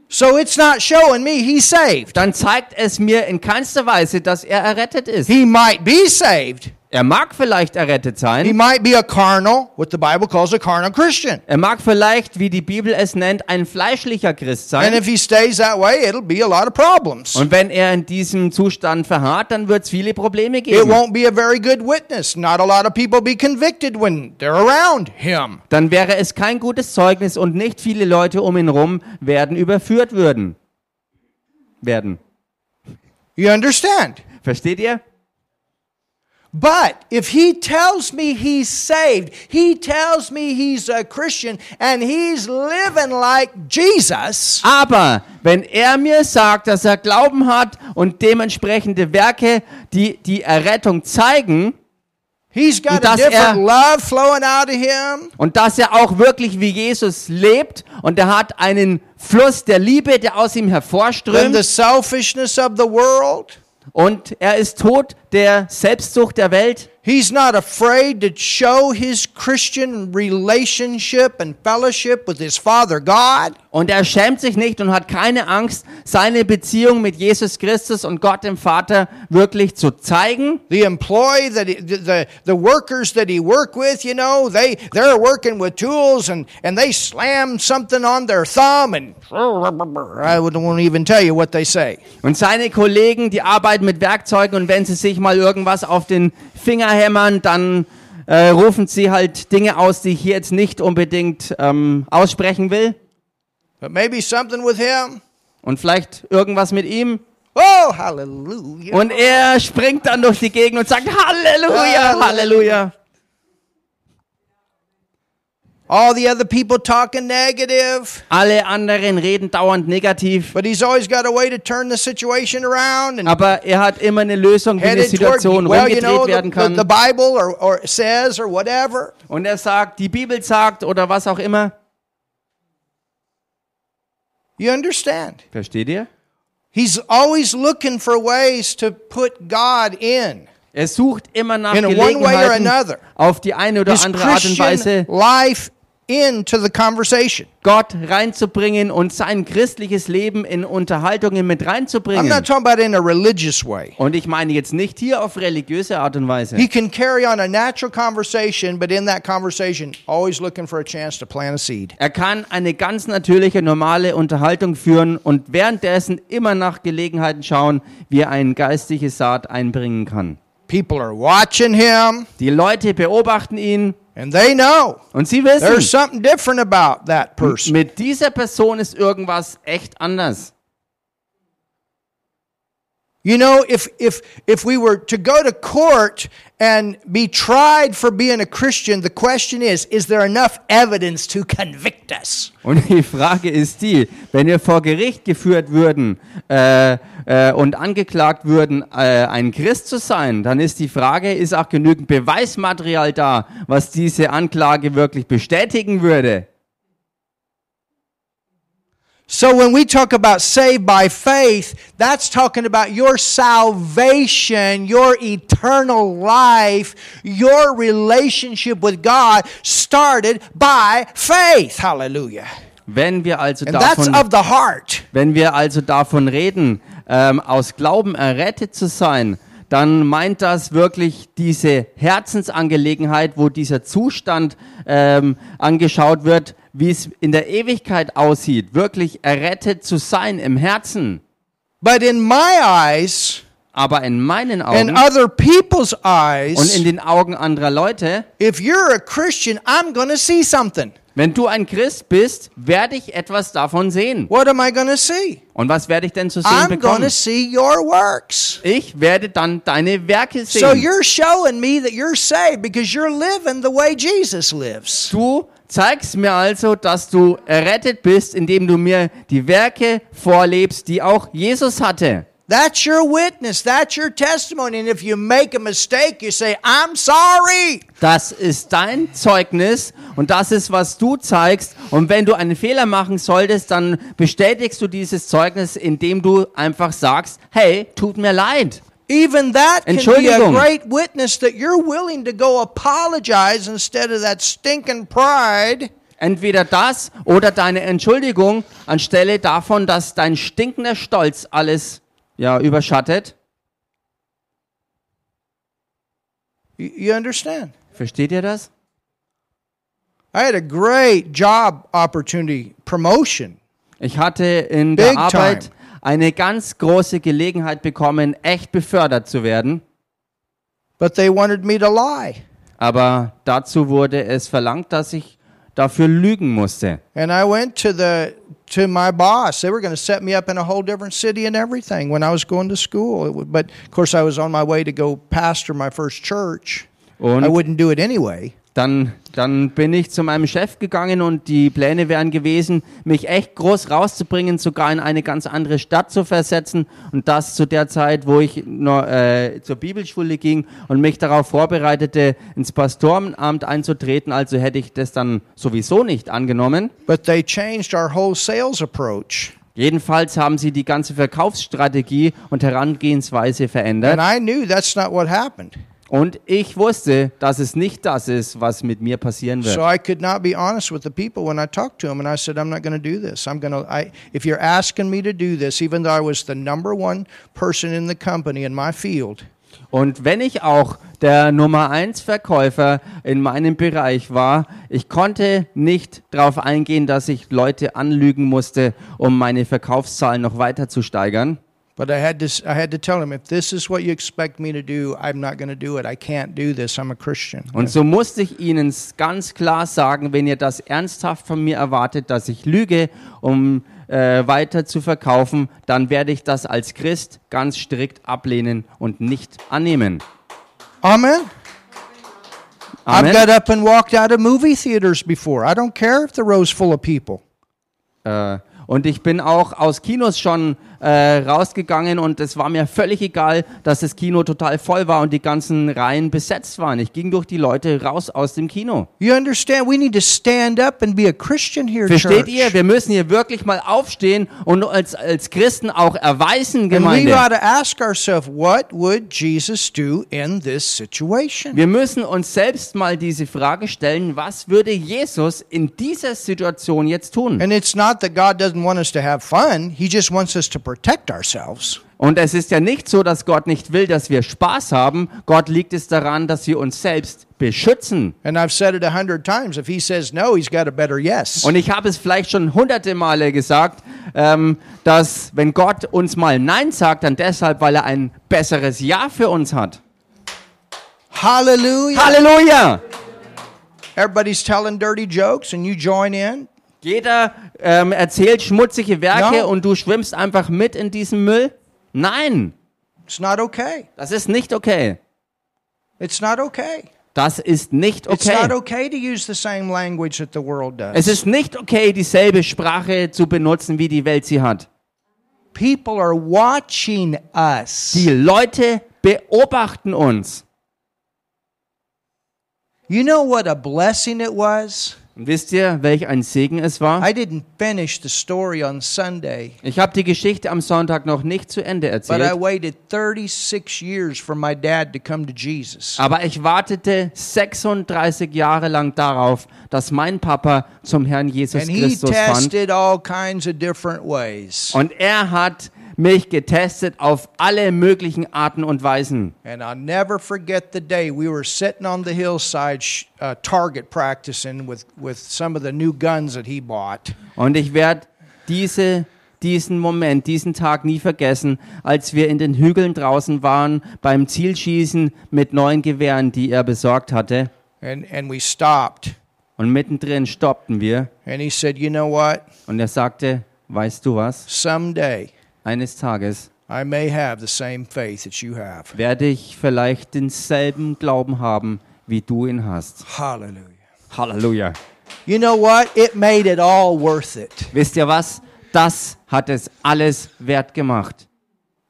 S1: So it's not showing me he's saved.
S2: Dann zeigt es mir in keinster Weise, dass er errettet ist.
S1: He might be saved.
S2: Er mag vielleicht errettet sein.
S1: He might be a carnal, what the Bible calls a carnal Christian.
S2: Er mag vielleicht, wie die Bibel es nennt, ein fleischlicher Christ
S1: And
S2: sein.
S1: if he stays that way, it'll be a lot of problems.
S2: Und wenn er in diesem Zustand verharrt, dann wird es viele Probleme
S1: It
S2: geben.
S1: won't be a very good witness. Not a lot of people be convicted when they're around him.
S2: Dann wäre es kein gutes Zeugnis und nicht viele Leute um ihn rum werden überführt würden. Werden.
S1: You understand?
S2: Versteht ihr?
S1: But if he tells me he's saved, he tells me he's a Christian, and he's living like Jesus,
S2: Aber wenn er mir sagt, dass er Glauben hat und dementsprechende Werke, die die Errettung zeigen,
S1: he's got a
S2: Und dass
S1: different
S2: er-
S1: love flowing out of him,
S2: und dass er auch wirklich wie Jesus lebt und er hat einen Fluss der Liebe, der aus ihm
S1: than
S2: hervorströmt,
S1: the selfishness of the world.
S2: Und er ist tot der Selbstsucht der Welt.
S1: He's not afraid to show his Christian relationship and fellowship with his Father God.
S2: Und er schämt sich nicht und hat keine Angst, seine Beziehung mit Jesus Christus und Gott dem Vater wirklich zu zeigen.
S1: the employee that he, the, the the workers that he work with you know they they're working with tools and and they slam something on their thumb and i wouldn't want to even tell you what they say
S2: Und seine Kollegen, die arbeiten mit Werkzeugen und wenn sie sich mal irgendwas auf den Finger hämmern, dann äh, rufen sie halt Dinge aus, die ich hier jetzt nicht unbedingt ähm, aussprechen will.
S1: but maybe something with him
S2: Und vielleicht irgendwas mit ihm.
S1: oh hallelujah
S2: Und er springt dann durch die Gegend und sagt, Halleluja, Halleluja.
S1: All the other people talking negative,
S2: Alle anderen reden dauernd negativ,
S1: but he's always got a way to turn the situation around and
S2: aber er hat immer eine Lösung, wie die
S1: headed toward.
S2: Situation
S1: Well, you
S2: rumgedreht
S1: know, the,
S2: werden
S1: the,
S2: kann.
S1: the Bible or, or says or whatever.
S2: Und er sagt, die Bibel sagt oder was auch immer.
S1: You understand?
S2: Versteht ihr?
S1: He's always looking for ways to put God in.
S2: Er sucht immer nach
S1: In a one way or
S2: Gelegenheiten,
S1: another.
S2: auf die eine oder
S1: His
S2: andere Art und Weise
S1: Christian life into the conversation.
S2: Gott reinzubringen und sein christliches Leben in Unterhaltungen mit
S1: I'm
S2: reinzubringen.
S1: not talking about in a religious way.
S2: Und ich meine jetzt nicht hier auf religiöse Art und Weise.
S1: He can carry on a natural conversation, but in that conversation, always looking for a chance to plant a seed.
S2: Er kann eine ganz natürliche, normale Unterhaltung führen und währenddessen immer nach Gelegenheiten schauen, wie er ein geistiges Saat einbringen kann.
S1: People are watching him,
S2: Die Leute beobachten ihn
S1: and they know
S2: und sie
S1: there's
S2: wissen,
S1: something different about that person.
S2: mit dieser Person ist irgendwas echt anders.
S1: You know, if if if we were to go to court and be tried for being a Christian, the question is, is there enough evidence to convict us?
S2: Und die Frage ist die, wenn wir vor Gericht geführt würden äh, äh, und angeklagt würden, äh, ein Christ zu sein, dann ist die Frage, ist auch genügend Beweismaterial da, was diese Anklage wirklich bestätigen würde?
S1: So when we talk about saved by faith, that's talking about your salvation, your eternal life, your relationship with God started by faith. Hallelujah.
S2: Wenn wir also
S1: And that's
S2: davon
S1: of the heart.
S2: Wenn wir also davon reden, ähm, aus Glauben errettet zu sein, dann meint das wirklich diese Herzensangelegenheit, wo dieser Zustand ähm, angeschaut wird, wie es in der Ewigkeit aussieht, wirklich errettet zu sein im Herzen.
S1: But in my eyes
S2: Aber in meinen
S1: and
S2: Augen
S1: other people's
S2: und
S1: eyes,
S2: in den Augen anderer Leute,
S1: if you're a Christian, I'm going to see something.
S2: wenn du ein Christ bist, werde ich etwas davon sehen.
S1: What am I going to see?
S2: Und was werde ich denn zu sehen
S1: I'm going
S2: bekommen?
S1: to see your works.
S2: Ich werde dann deine Werke sehen.
S1: So you're showing me that you're saved because you're living the way Jesus lives.
S2: Du zeigst mir also, dass du errettet bist, indem du mir die Werke vorlebst, die auch Jesus hatte.
S1: That's your witness. That's your testimony. And if you make a mistake, you say, I'm sorry.
S2: Das ist dein Zeugnis und das ist, was du zeigst. Und wenn du einen Fehler machen solltest, dann bestätigst du dieses Zeugnis, indem du einfach sagst, hey, tut mir leid.
S1: Even that can be a
S2: Entschuldigung.
S1: great witness that you're willing to go apologize instead of that stinking pride.
S2: Entweder das oder deine Entschuldigung anstelle davon, dass dein stinkender Stolz alles ja, überschattet.
S1: You, you understand?
S2: Versteht ihr das?
S1: I had a great job opportunity, promotion.
S2: Ich hatte in
S1: Big
S2: der Arbeit
S1: time.
S2: eine ganz große Gelegenheit bekommen, echt befördert zu werden.
S1: But they wanted me to lie.
S2: Aber dazu wurde es verlangt, dass ich dafür lügen musste.
S1: And I went to the to my boss. They were going to set me up in a whole different city and everything when I was going to school. It would, but of course, I was on my way to go pastor my first church.
S2: Und
S1: I wouldn't do it anyway.
S2: dann, dann bin ich zu meinem Chef gegangen und die Pläne wären gewesen, mich echt groß rauszubringen, sogar in eine ganz andere Stadt zu versetzen und das zu der Zeit, wo ich noch, äh, zur Bibelschule ging und mich darauf vorbereitete, ins Pastorenamt einzutreten. Also hätte ich das dann sowieso nicht angenommen.
S1: But they changed our whole sales approach,
S2: Jedenfalls haben sie die ganze Verkaufsstrategie und Herangehensweise
S1: and
S2: verändert.
S1: I knew that's not what happened.
S2: Und ich wusste, dass es nicht das ist, was mit mir passieren
S1: So
S2: wird.
S1: I could not be honest with the people when I talked to them, and I said, "I'm not going to do this. I'm going to. I if you're asking me to do this, even though I was the number one person in the company in my field."
S2: Und wenn ich auch der Nummer 1 Verkäufer in meinem Bereich war, ich konnte nicht darauf eingehen, dass ich Leute anlügen musste, um meine Verkaufszahlen noch weiter zu steigern.
S1: But I had to I had to tell him if this is what you expect me to do, I'm not going to do it. I can't do this. I'm a Christian.
S2: Und so musste ich Ihnen s- ganz klar sagen, wenn ihr das ernsthaft von mir erwartet, dass ich lüge, um äh, weiter zu verkaufen, dann werde ich das als Christ ganz strikt ablehnen und nicht annehmen.
S1: Amen.
S2: Amen.
S1: I've got up and walked out of movie theaters before. I don't care if the row's full of people.
S2: Äh, und ich bin auch aus Kinos schon äh, rausgegangen und es war mir völlig egal, dass das Kino total voll war und die ganzen Reihen besetzt waren. Ich ging durch die Leute raus aus dem Kino.
S1: You understand? We need to stand up and be a Christian here,
S2: Versteht
S1: church.
S2: ihr? Wir müssen hier wirklich mal aufstehen und als, als Christen auch erweisen,
S1: and we
S2: Gemeinde.
S1: got to ask ourselves, what would Jesus do in this situation?
S2: Wir müssen uns selbst mal diese Frage stellen, was würde Jesus in dieser Situation jetzt tun?
S1: And it's not that God doesn't want us to have fun. He just wants us to protect ourselves.
S2: Und es ist ja nicht so, dass Gott nicht will, dass wir Spaß haben. Gott liegt es daran, dass wir uns selbst beschützen.
S1: And I've said it a hundred times. If he says no, he's got a better yes.
S2: Und ich habe es vielleicht schon hunderte Male gesagt, ähm, dass wenn Gott uns mal Nein sagt, dann deshalb, weil er ein besseres Ja für uns hat.
S1: Hallelujah.
S2: Halleluja!
S1: Everybody's telling dirty jokes and you join in.
S2: Jeder ähm, erzählt schmutzige Werke
S1: Ja.
S2: und du schwimmst einfach mit in diesem Müll? Nein,
S1: It's not okay.
S2: das ist nicht okay.
S1: It's not okay.
S2: Das ist nicht
S1: It's not
S2: okay.
S1: okay to use the same language that the world does.
S2: Es ist nicht okay, dieselbe Sprache zu benutzen, wie die Welt sie hat.
S1: People are watching us.
S2: Die Leute beobachten uns.
S1: You know what a blessing it was?
S2: Und wisst ihr, welch ein Segen es war?
S1: I didn't finish the story on Sunday,
S2: Ich habe die Geschichte am Sonntag noch nicht zu Ende
S1: but I
S2: erzählt,
S1: waited 36 years for my dad to come to Jesus.
S2: aber ich wartete 36 Jahre lang darauf, dass mein Papa zum Herrn Jesus
S1: And he
S2: Christus fand.
S1: tested all kinds of different ways.
S2: Und er hat mich getestet auf alle möglichen Arten und Weisen.
S1: And I'll never forget the day we were sitting on the hillside sh- uh, target practicing with, with some of the new guns that he bought.
S2: Und ich werde diese, diesen Moment, diesen Tag nie vergessen, als wir in den Hügeln draußen waren beim Zielschießen mit neuen Gewehren, die er besorgt hatte.
S1: And, and we stopped.
S2: Und mittendrin stoppten wir.
S1: And he said, You know what?
S2: Und er sagte, weißt du was?
S1: Someday
S2: Eines Tages
S1: I may have the same faith that you have.
S2: werde ich vielleicht denselben Glauben haben, wie du ihn hast.
S1: Hallelujah.
S2: Halleluja.
S1: You know what? It made it all worth it.
S2: Wisst ihr was? Das hat es alles wert gemacht.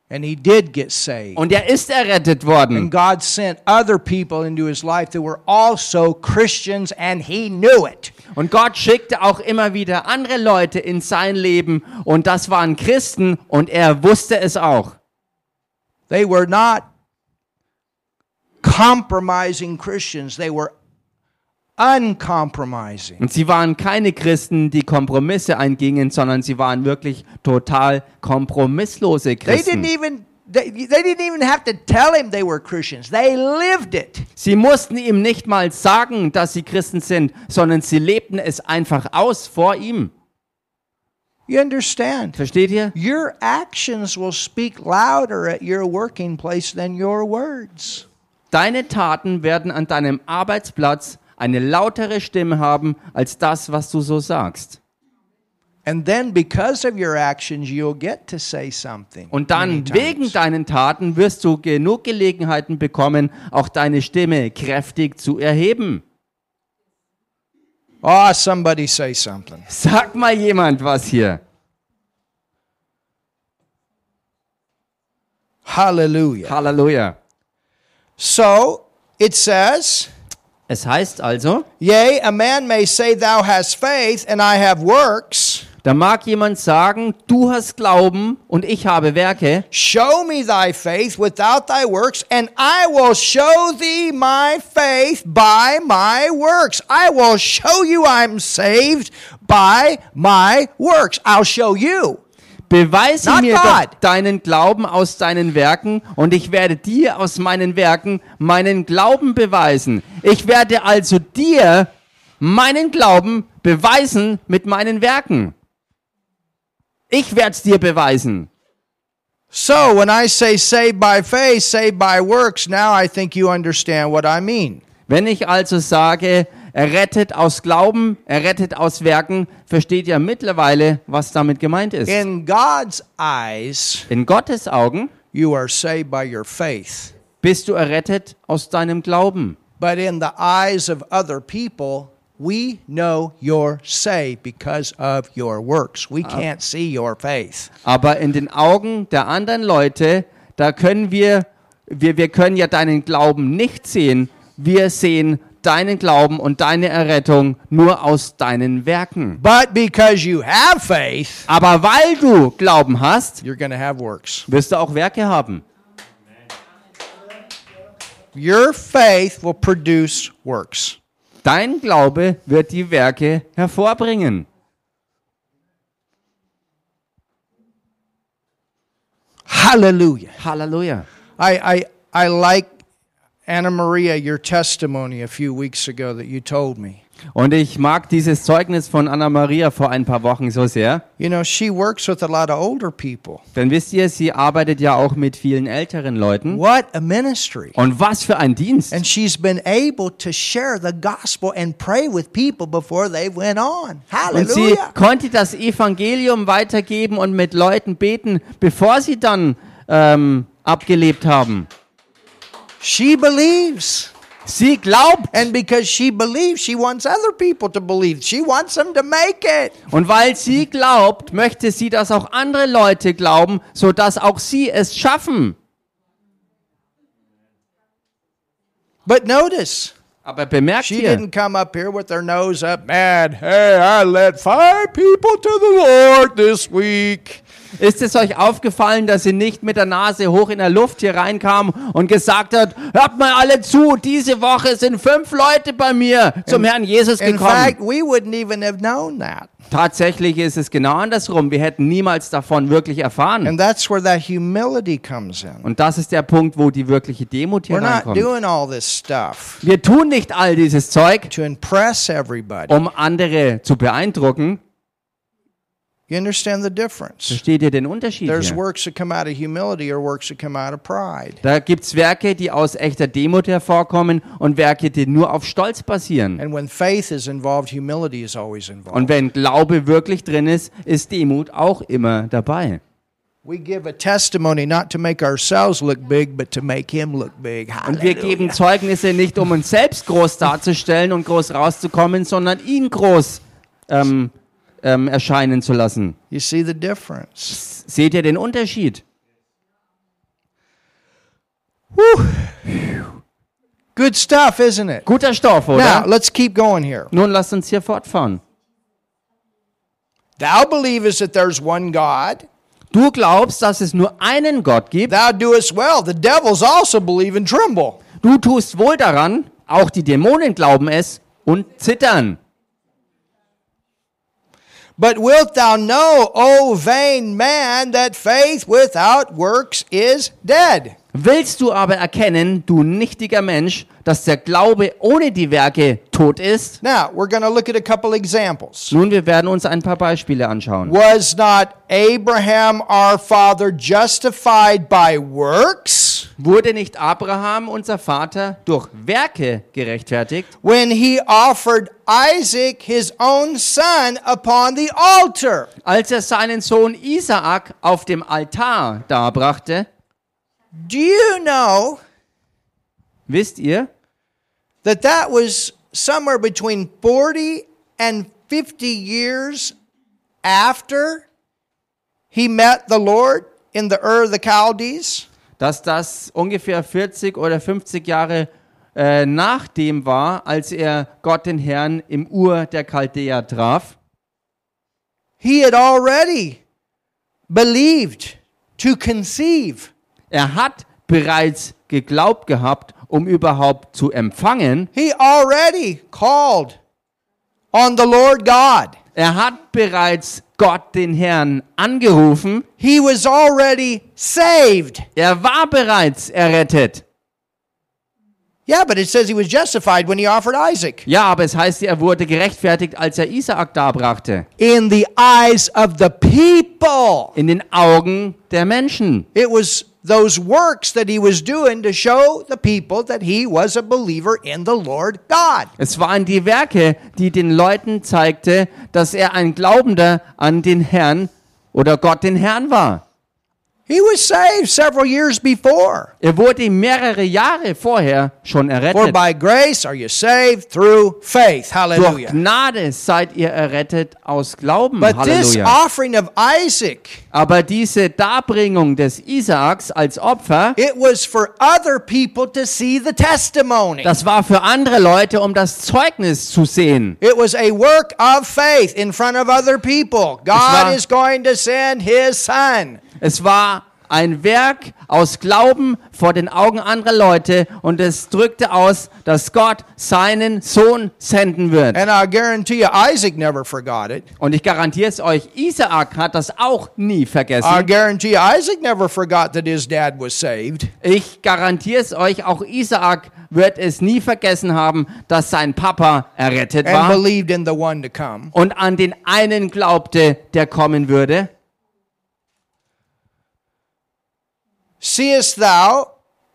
S1: And he did get saved.
S2: Und er ist errettet
S1: And
S2: worden.
S1: God sent other people into his life that were also Christians, and he knew it.
S2: Und Gott schickte auch immer wieder andere Leute in sein Leben. Und das waren Christen. Und er wusste es auch.
S1: They were not compromising Christians, they were uncompromising.
S2: Und sie waren keine Christen, die Kompromisse eingingen, sondern sie waren wirklich total kompromisslose
S1: They didn't
S2: Christen.
S1: even. They, they didn't even have to tell him they were Christians. They lived it.
S2: Sie mussten ihm nicht mal sagen, dass sie Christen sind, sondern sie lebten es einfach aus vor ihm.
S1: You understand?
S2: Versteht ihr?
S1: Your actions will speak louder at your working place than your words.
S2: Deine Taten werden an deinem Arbeitsplatz eine lautere Stimme haben als das, was du so sagst.
S1: And then, because of your actions, you'll get to say something.
S2: Und dann
S1: many times.
S2: wegen deinen Taten wirst du genug Gelegenheiten bekommen, auch deine Stimme kräftig zu erheben.
S1: Ah, somebody say something.
S2: Sag mal jemand was hier.
S1: Hallelujah.
S2: Halleluja.
S1: So it says,
S2: Es heißt also,
S1: Yea, a man may say, Thou hast faith, and I have works.
S2: da mag jemand sagen, du hast Glauben und ich habe Werke.
S1: Show me thy faith without thy works, and I will show thee my faith by my works. I will show you I'm saved by my works. I'll show you.
S2: Beweise
S1: Not
S2: mir
S1: God.
S2: doch deinen Glauben aus deinen Werken und ich werde dir aus meinen Werken meinen Glauben beweisen. Ich werde also dir meinen Glauben beweisen mit meinen Werken. Ich werde es dir beweisen.
S1: So when I say saved by faith, saved by works, now I think you understand what I mean.
S2: Wenn ich also sage, errettet aus Glauben, errettet aus Werken, versteht ihr mittlerweile, was damit gemeint ist.
S1: In God's eyes,
S2: In Gottes Augen
S1: you are saved by your faith.
S2: bist du errettet aus deinem Glauben.
S1: but in the eyes of other people, we know you're saved because of your works. We can't see your faith.
S2: Aber in den Augen der anderen Leute, da können wir, wir, wir können ja deinen Glauben nicht sehen. Wir sehen deinen Glauben und deine Errettung nur aus deinen Werken.
S1: But because you have faith,
S2: Aber weil du Glauben hast,
S1: you're going to have works.
S2: wirst du auch Werke haben.
S1: Your faith will produce works.
S2: Dein Glaube wird die Werke hervorbringen.
S1: Hallelujah.
S2: Halleluja.
S1: I, I, I like, Anna Maria, your testimony a few weeks ago that you told me.
S2: Und ich mag dieses Zeugnis von Anna Maria vor ein paar Wochen so sehr.
S1: You know, she works with a lot of older people.
S2: Denn wisst ihr, sie arbeitet ja auch mit vielen älteren Leuten.
S1: What a ministry.
S2: Und was für ein Dienst.
S1: And she's been able to share the gospel and pray with people before they went on.
S2: Und sie
S1: Hallelujah.
S2: konnte das Evangelium weitergeben und mit Leuten beten, bevor sie dann ähm, abgelebt haben.
S1: She believes.
S2: Sie glaubt.
S1: And because she believes, she wants other people to believe. She wants them to make it.
S2: Und weil sie glaubt, möchte sie, dass auch andere Leute glauben, sodass auch sie es schaffen.
S1: But notice,
S2: Aber bemerkt
S1: she
S2: ihr,
S1: didn't come up here with her nose up, man, hey, I led five people to the Lord this week.
S2: Ist es euch aufgefallen, dass sie nicht mit der Nase hoch in der Luft hier reinkam und gesagt hat, hört mal alle zu, diese Woche sind fünf Leute bei mir zum Herrn Jesus
S1: In
S2: gekommen.
S1: fact, we wouldn't even have known that.
S2: Tatsächlich ist es genau andersrum. Wir hätten niemals davon wirklich erfahren.
S1: And that's where that humility comes in.
S2: Und das ist der Punkt, wo die wirkliche Demut hier
S1: We're not
S2: reinkommt.
S1: doing all this stuff
S2: Wir tun nicht all dieses Zeug,
S1: to impress everybody.
S2: um andere zu beeindrucken.
S1: You understand the difference?
S2: Versteht ihr den Unterschied
S1: There's
S2: hier?
S1: works that come out of humility or works that come out of pride.
S2: Da gibt's Werke, die aus echter Demut hervorkommen und Werke, die nur auf Stolz basieren.
S1: And when faith is involved, humility is always
S2: Und
S1: involved.
S2: wenn Glaube wirklich drin ist, ist Demut auch immer dabei.
S1: We give a testimony not to make ourselves look big, but to make Him look big.
S2: Und wir
S1: Hallelujah.
S2: geben Zeugnisse nicht, um uns selbst groß darzustellen und groß rauszukommen, sondern ihn groß ähm, ähm, erscheinen zu lassen.
S1: You see the difference.
S2: Seht ihr den Unterschied?
S1: Good stuff, isn't it?
S2: Guter Stoff,
S1: Now,
S2: oder?
S1: let's keep going here.
S2: Nun lasst uns hier fortfahren.
S1: Thou believest that there's one God.
S2: Du glaubst, dass es nur einen Gott gibt.
S1: Thou doest well. The devils also believe and tremble.
S2: Du tust wohl daran, auch die Dämonen glauben es und zittern.
S1: But wilt thou know, O vain man, that faith without works is dead?
S2: Willst du aber erkennen, du nichtiger Mensch, dass der Glaube ohne die Werke tot ist?
S1: Now, we're going to look at a couple examples.
S2: Nun, wir werden uns ein paar Beispiele anschauen.
S1: Was not Abraham our father justified by works
S2: Wurde nicht Abraham, unser Vater, durch Werke gerechtfertigt,
S1: when he offered Isaac, his own son, upon the altar?
S2: als er seinen Sohn Isaak auf dem Altar darbrachte?
S1: Do you know
S2: Wisst ihr,
S1: that that was somewhere between 40 and 50 years after he met the Lord in the Ur of the Chaldees.
S2: dass das ungefähr 40 oder 50 Jahre äh, nach dem war, als er Gott den Herrn im Ur der Chaldea traf?
S1: He had already believed to conceive.
S2: Er hat bereits geglaubt gehabt, um überhaupt zu empfangen.
S1: He already called on the Lord God.
S2: Er hat bereits Gott den Herrn angerufen.
S1: He was already saved.
S2: Er war bereits errettet.
S1: Yeah, but it says he was justified when he offered Isaac.
S2: Ja, aber es heißt, er wurde gerechtfertigt, als er Isaak darbrachte.
S1: In the eyes of the people.
S2: In den Augen der Menschen.
S1: It was those works that he was doing to show the people that he was a believer in the Lord God.
S2: Es waren die Werke, die den Leuten zeigte, dass er ein Glaubender an den Herrn oder Gott den Herrn war.
S1: He was saved several years before.
S2: Er wurde mehrere Jahre vorher schon
S1: For
S2: errettet.
S1: by grace are you saved through faith.
S2: Durch
S1: Hallelujah.
S2: Gnade seid ihr errettet aus Glauben.
S1: But this
S2: Halleluja.
S1: offering of Isaac,
S2: Aber diese Darbringung des Isaaks als Opfer,
S1: it was for other people to see the testimony.
S2: das war für andere Leute, um das Zeugnis zu sehen.
S1: It was a work of faith in front of other people. God
S2: war-
S1: is going to send his son.
S2: Es war ein Werk aus Glauben vor den Augen anderer Leute und es drückte aus, dass Gott seinen Sohn senden wird.
S1: And I guarantee you, Isaac never forgot it.
S2: Und ich garantiere es euch, Isaak hat das auch nie
S1: I
S2: vergessen.
S1: guarantee you, Isaac never forgot that his dad was saved.
S2: Ich garantiere es euch, auch Isaak wird es nie vergessen haben, dass sein Papa errettet
S1: and
S2: war
S1: believed in the one to come.
S2: und an den einen glaubte, der kommen würde.
S1: Seest thou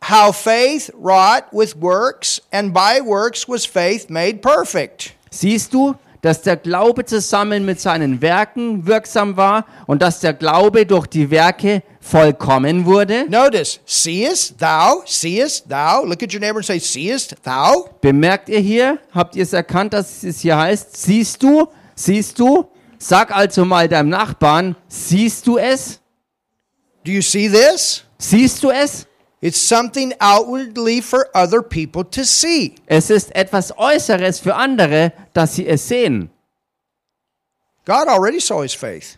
S1: how faith wrought with works, and by works was faith made perfect?
S2: Siehst du, dass der Glaube zusammen mit seinen Werken wirksam war und dass der Glaube durch die Werke vollkommen wurde?
S1: Notice, seest thou, seest thou. Look at your neighbor and say, seest thou?
S2: Bemerkt ihr hier, habt ihr es erkannt, dass es hier heißt, siehst du, siehst du? Sag also mal deinem Nachbarn, siehst du es?
S1: Do you see this?
S2: Siehst du es?
S1: It's something outwardly for other people to see.
S2: Es ist etwas Äußeres für andere, dass sie es sehen.
S1: God already saw his faith.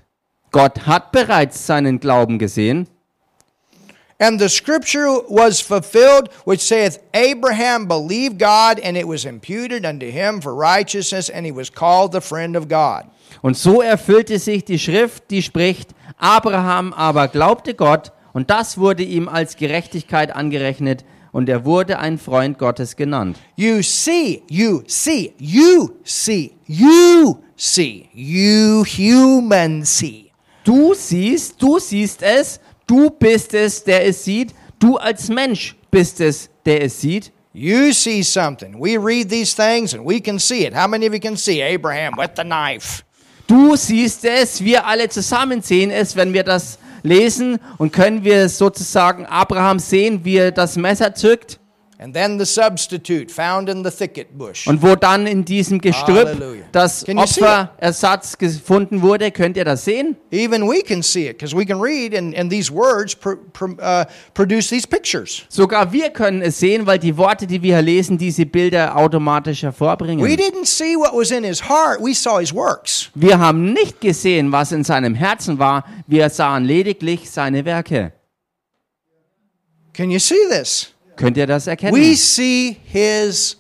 S2: Gott hat bereits seinen Glauben gesehen.
S1: And the scripture was fulfilled, which saith, Abraham believed God, and it was imputed unto him for righteousness, and he was called the friend of God.
S2: Und so erfüllte sich die Schrift, die spricht, Abraham aber glaubte Gott, und das wurde ihm als Gerechtigkeit angerechnet, und er wurde ein Freund Gottes genannt.
S1: You see, you see, you see, you see, you human see.
S2: Du siehst, du siehst es, du bist es, der es sieht, du als Mensch bist es, der es sieht.
S1: You see something. We read these things and we can see it. How many of you can see Abraham with the knife?
S2: Du siehst es, wir alle zusammen sehen es, wenn wir das lesen, und können wir sozusagen Abraham sehen, wie er das Messer zückt.
S1: And then the substitute found in the thicket bush.
S2: Und wo dann in diesem Gestrüpp
S1: Halleluja.
S2: das
S1: Can you see it?
S2: Opferersatz gefunden wurde, könnt ihr das sehen?
S1: Even we can see it because we can read, and, and these words pr- pr- uh, produce these pictures.
S2: Sogar wir können es sehen, weil die Worte, die wir hier lesen, diese Bilder automatisch
S1: We
S2: hervorbringen.
S1: didn't see what was in his heart, we saw his works.
S2: Wir haben nicht gesehen, was in seinem Herzen war, wir sahen lediglich seine Werke.
S1: Can you see this?
S2: Könnt ihr das erkennen?
S1: We see his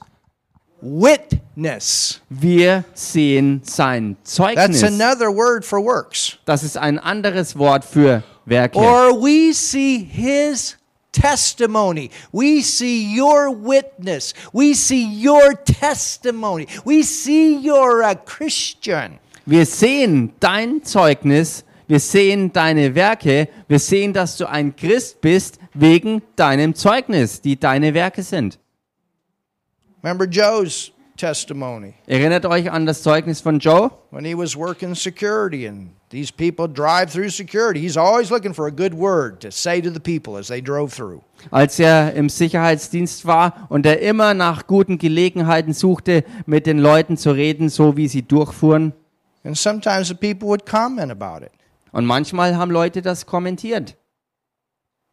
S1: witness.
S2: wir sehen sein
S1: That's
S2: Zeugnis.
S1: another word for works.
S2: Das ist ein anderes Wort für Werke.
S1: Or we see his testimony. We see your witness. We see your testimony. We see you're a Christian.
S2: Wir sehen dein Zeugnis, wir sehen deine Werke, wir sehen, dass du ein Christ bist wegen deinem Zeugnis, die deine Werke sind.
S1: Remember Joe's testimony
S2: Erinnert euch an das Zeugnis von Joe?
S1: when he was working security and these people drive through security. He's always looking for a good word to say to the people as they drove through.
S2: Als er im Sicherheitsdienst war und er immer nach guten Gelegenheiten suchte, mit den Leuten zu reden, so wie sie durchfuhren.
S1: And sometimes the people would comment about it.
S2: Und manchmal haben Leute das kommentiert.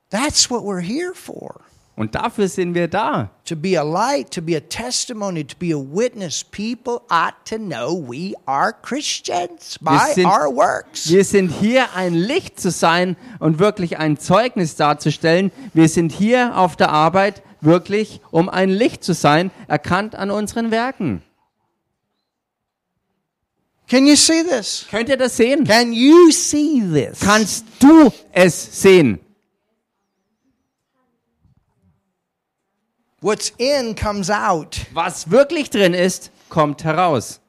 S1: That's what we're here for.
S2: Und dafür sind wir da.
S1: To be a light, to be a testimony, to be a witness. People ought to know we are Christians by
S2: sind-
S1: our works.
S2: Wir sind hier, ein Licht zu sein und wirklich ein Zeugnis darzustellen. Wir sind hier auf der Arbeit wirklich, um ein Licht zu sein, erkannt an unseren Werken.
S1: Can you see this?
S2: Könnt ihr das sehen?
S1: Can you see this?
S2: Kannst du es sehen?
S1: What's in comes out.
S2: Was wirklich drin ist, kommt heraus.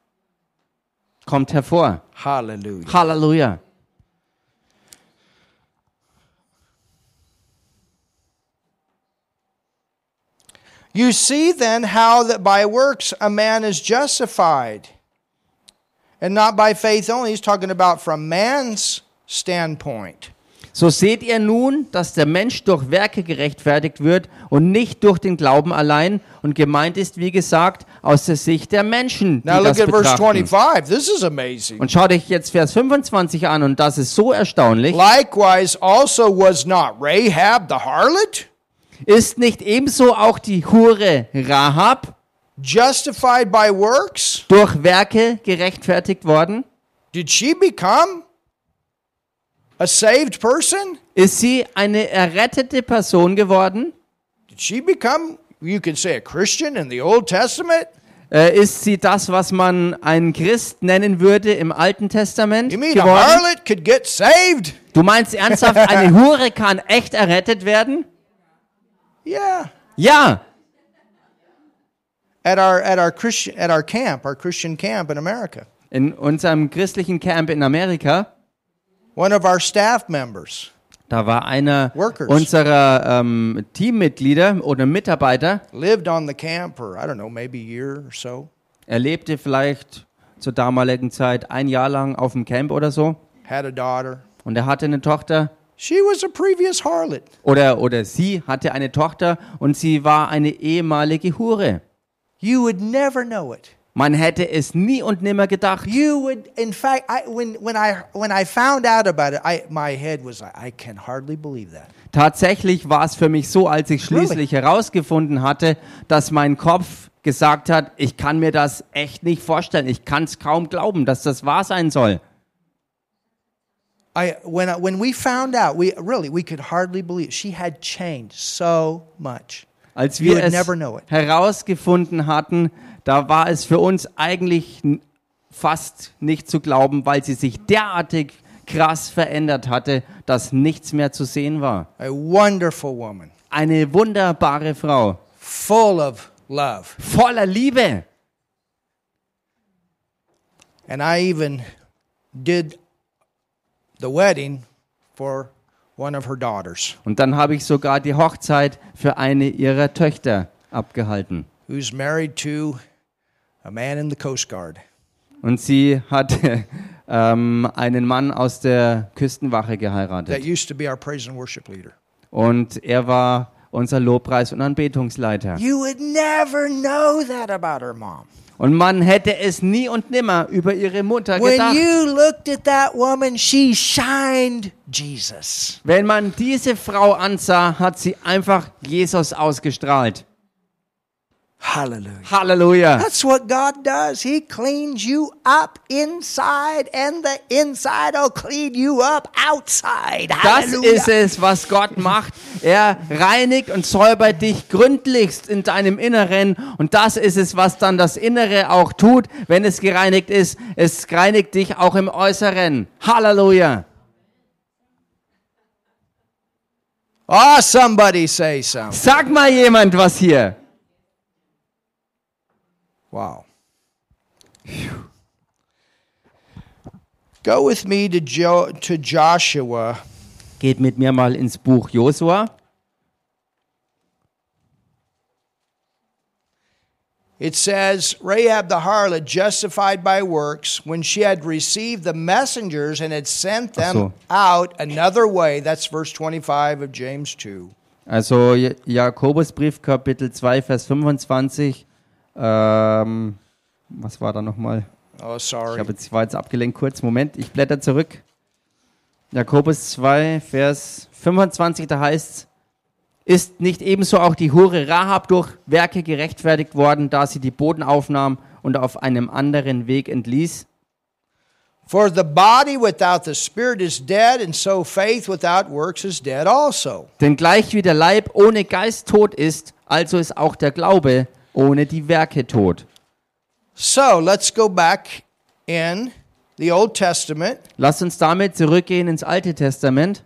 S2: Kommt hervor.
S1: Hallelujah.
S2: Halleluja.
S1: You see then how that by works a man is justified. And not by faith only. He's talking about from man's standpoint.
S2: So seht ihr nun, dass der Mensch durch Werke gerechtfertigt wird und nicht durch den Glauben allein und gemeint ist, wie gesagt, aus der Sicht der Menschen, die
S1: Now
S2: das
S1: look at verse
S2: betrachten.
S1: 25. This is amazing.
S2: Und schau dich jetzt Vers 25 an und das ist so erstaunlich.
S1: Likewise, also was not Rahab the harlot
S2: Ist nicht ebenso auch die Hure Rahab
S1: justified by works?
S2: durch Werke gerechtfertigt worden?
S1: Did she become a saved person?
S2: Ist sie eine errettete Person geworden?
S1: Did she become, you could say, a Christian in the Old Testament?
S2: Äh, ist sie das, was man einen Christ nennen würde im Alten Testament?
S1: You mean a
S2: geworden?
S1: harlot could get saved?
S2: Du meinst ernsthaft, eine Hure kann echt errettet werden?
S1: Yeah.
S2: Ja,
S1: At our at our Christian at our camp, our Christian camp in America,
S2: in unserem christlichen Camp in Amerika,
S1: one of our staff members,
S2: da war einer
S1: Workers.
S2: unserer ähm, Teammitglieder oder Mitarbeiter,
S1: lived on the camp for I don't know, maybe a year or so.
S2: er lebte vielleicht zur damaligen Zeit ein Jahr lang auf dem Camp oder so
S1: Had a daughter.
S2: und er hatte eine Tochter
S1: She was a previous harlot.
S2: oder, oder sie hatte eine Tochter und sie war eine ehemalige Hure.
S1: You would never know it.
S2: Man hätte es nie und nimmer gedacht.
S1: You would, in fact, I, when when I when I found out about it, I my head was like, I can hardly believe that.
S2: Tatsächlich war es für mich so, als ich schließlich herausgefunden hatte, dass mein Kopf gesagt hat, ich kann mir das echt nicht vorstellen, ich kann es kaum glauben, dass das wahr sein soll.
S1: I when I, when we found out, we really we could hardly believe she had changed so much.
S2: Als
S1: You
S2: wir
S1: would
S2: es
S1: never know it.
S2: herausgefunden hatten, da war es für uns eigentlich n- fast nicht zu glauben, weil sie sich derartig krass verändert hatte, dass nichts mehr zu sehen war.
S1: A wonderful woman,
S2: Eine wunderbare Frau,
S1: full of love.
S2: voller Liebe.
S1: And I even did the wedding for one of her daughters,
S2: Und dann habe ich sogar die Hochzeit für eine ihrer Töchter abgehalten.
S1: who's married to a man in the Coast Guard.
S2: Und sie hatte ähm, einen Mann aus der Küstenwache
S1: That
S2: geheiratet.
S1: used to be our praise and worship leader.
S2: Und er war unser Lobpreis- und Anbetungsleiter.
S1: You would never know that about her mom.
S2: Und man hätte es nie und nimmer über ihre Mutter
S1: When
S2: gedacht.
S1: you looked at that woman, she shined Jesus.
S2: Wenn man diese Frau ansah, hat sie einfach Jesus ausgestrahlt.
S1: Hallelujah.
S2: Halleluja.
S1: That's what God does. He cleans you up inside, and the inside will clean you up outside.
S2: Das
S1: Hallelujah.
S2: ist es, was Gott macht. Er reinigt und säubert dich gründlichst in deinem Inneren. Und das ist es, was dann das Innere auch tut, wenn es gereinigt ist. Es reinigt dich auch im Äußeren. Halleluja.
S1: Ah, somebody say something.
S2: Sag mal jemand was hier.
S1: Wow. Phew. Go with me to, jo- to Joshua
S2: Geht mit mir mal ins Buch Josua.
S1: It says, Rahab the harlot, justified by works, when she had received the messengers and had sent them
S2: so.
S1: out another way. That's verse 25 of James 2.
S2: Also Ja- Jakobusbrief Kapitel 2 Vers 25. Ähm, was war da nochmal?
S1: Oh,
S2: Ich,
S1: sorry.
S2: hab jetzt, ich war jetzt abgelenkt kurz. Moment, ich blätter zurück. Jakobus 2, Vers 25, da heißt Ist nicht ebenso auch die Hure Rahab durch Werke gerechtfertigt worden, da sie die Boden aufnahm und auf einem anderen Weg entließ?
S1: For the body without the spirit is dead, and so faith without works is dead also.
S2: Denn gleich wie der Leib ohne Geist tot ist, also ist auch der Glaube ohne die Werke tot.
S1: So let's go back in the Old Testament
S2: Lasst uns damit zurückgehen ins Alte Testament.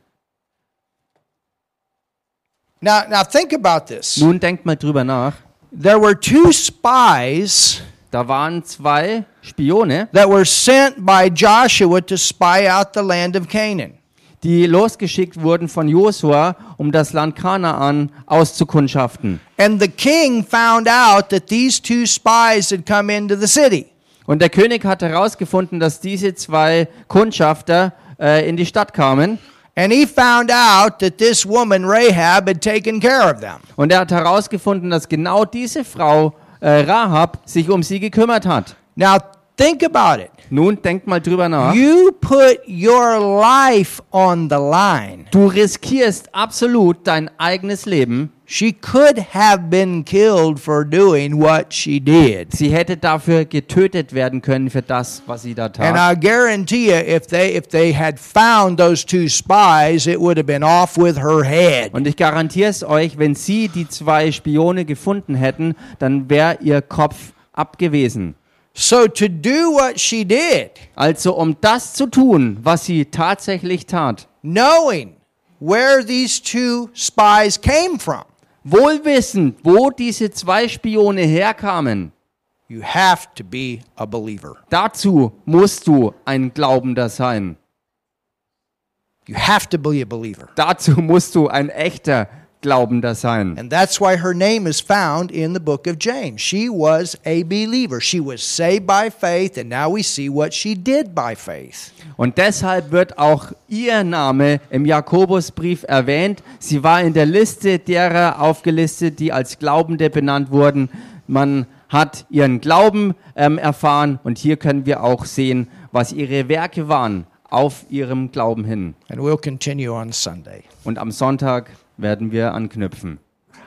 S1: Now, now think about this.
S2: Nun denkt mal drüber nach.
S1: There were two spies
S2: Da waren zwei Spione,
S1: that were sent by Joshua to spy out the land of Canaan.
S2: die losgeschickt wurden von Josua, um das Land Kanaan auszukundschaften.
S1: And the king found out that these two spies had come into the city.
S2: Und der König hat herausgefunden, dass diese zwei Kundschafter äh, in die Stadt kamen.
S1: And he found out that this woman, Rahab, had taken care of them.
S2: Und er hat herausgefunden, dass genau diese Frau äh, Rahab sich um sie gekümmert hat.
S1: Now, think about it.
S2: Nun denkt mal drüber nach.
S1: You put your life on the line.
S2: Du riskierst absolut dein eigenes Leben.
S1: She could have been killed for doing what she did.
S2: Sie hätte dafür getötet werden können für das, was sie da
S1: And
S2: tat.
S1: I guarantee you, if they if they had found those two spies, it would have been off with her head.
S2: Und ich garantiere es euch, wenn sie die zwei Spione gefunden hätten, dann wäre ihr Kopf abgewesen.
S1: So to do what she did,
S2: Also um das zu tun, was sie tatsächlich tat,
S1: knowing where these two spies came from,
S2: wohlwissend, wo diese zwei Spione herkamen,
S1: you have to be a believer.
S2: dazu musst du ein Glaubender sein.
S1: You have to be a believer.
S2: Dazu musst du ein echter Glaubender sein.
S1: And that's why her name is found in the book of James. She was a believer. She was saved by faith, and now we see what she did by faith.
S2: Und deshalb wird auch ihr Name im Jakobusbrief erwähnt. Sie war in der Liste derer aufgelistet, die als Glaubende benannt wurden. Man hat ihren Glauben ähm, erfahren und hier können wir auch sehen, was ihre Werke waren auf ihrem Glauben hin.
S1: And we'll continue on Sunday.
S2: Und am Sonntag werden wir anknüpfen.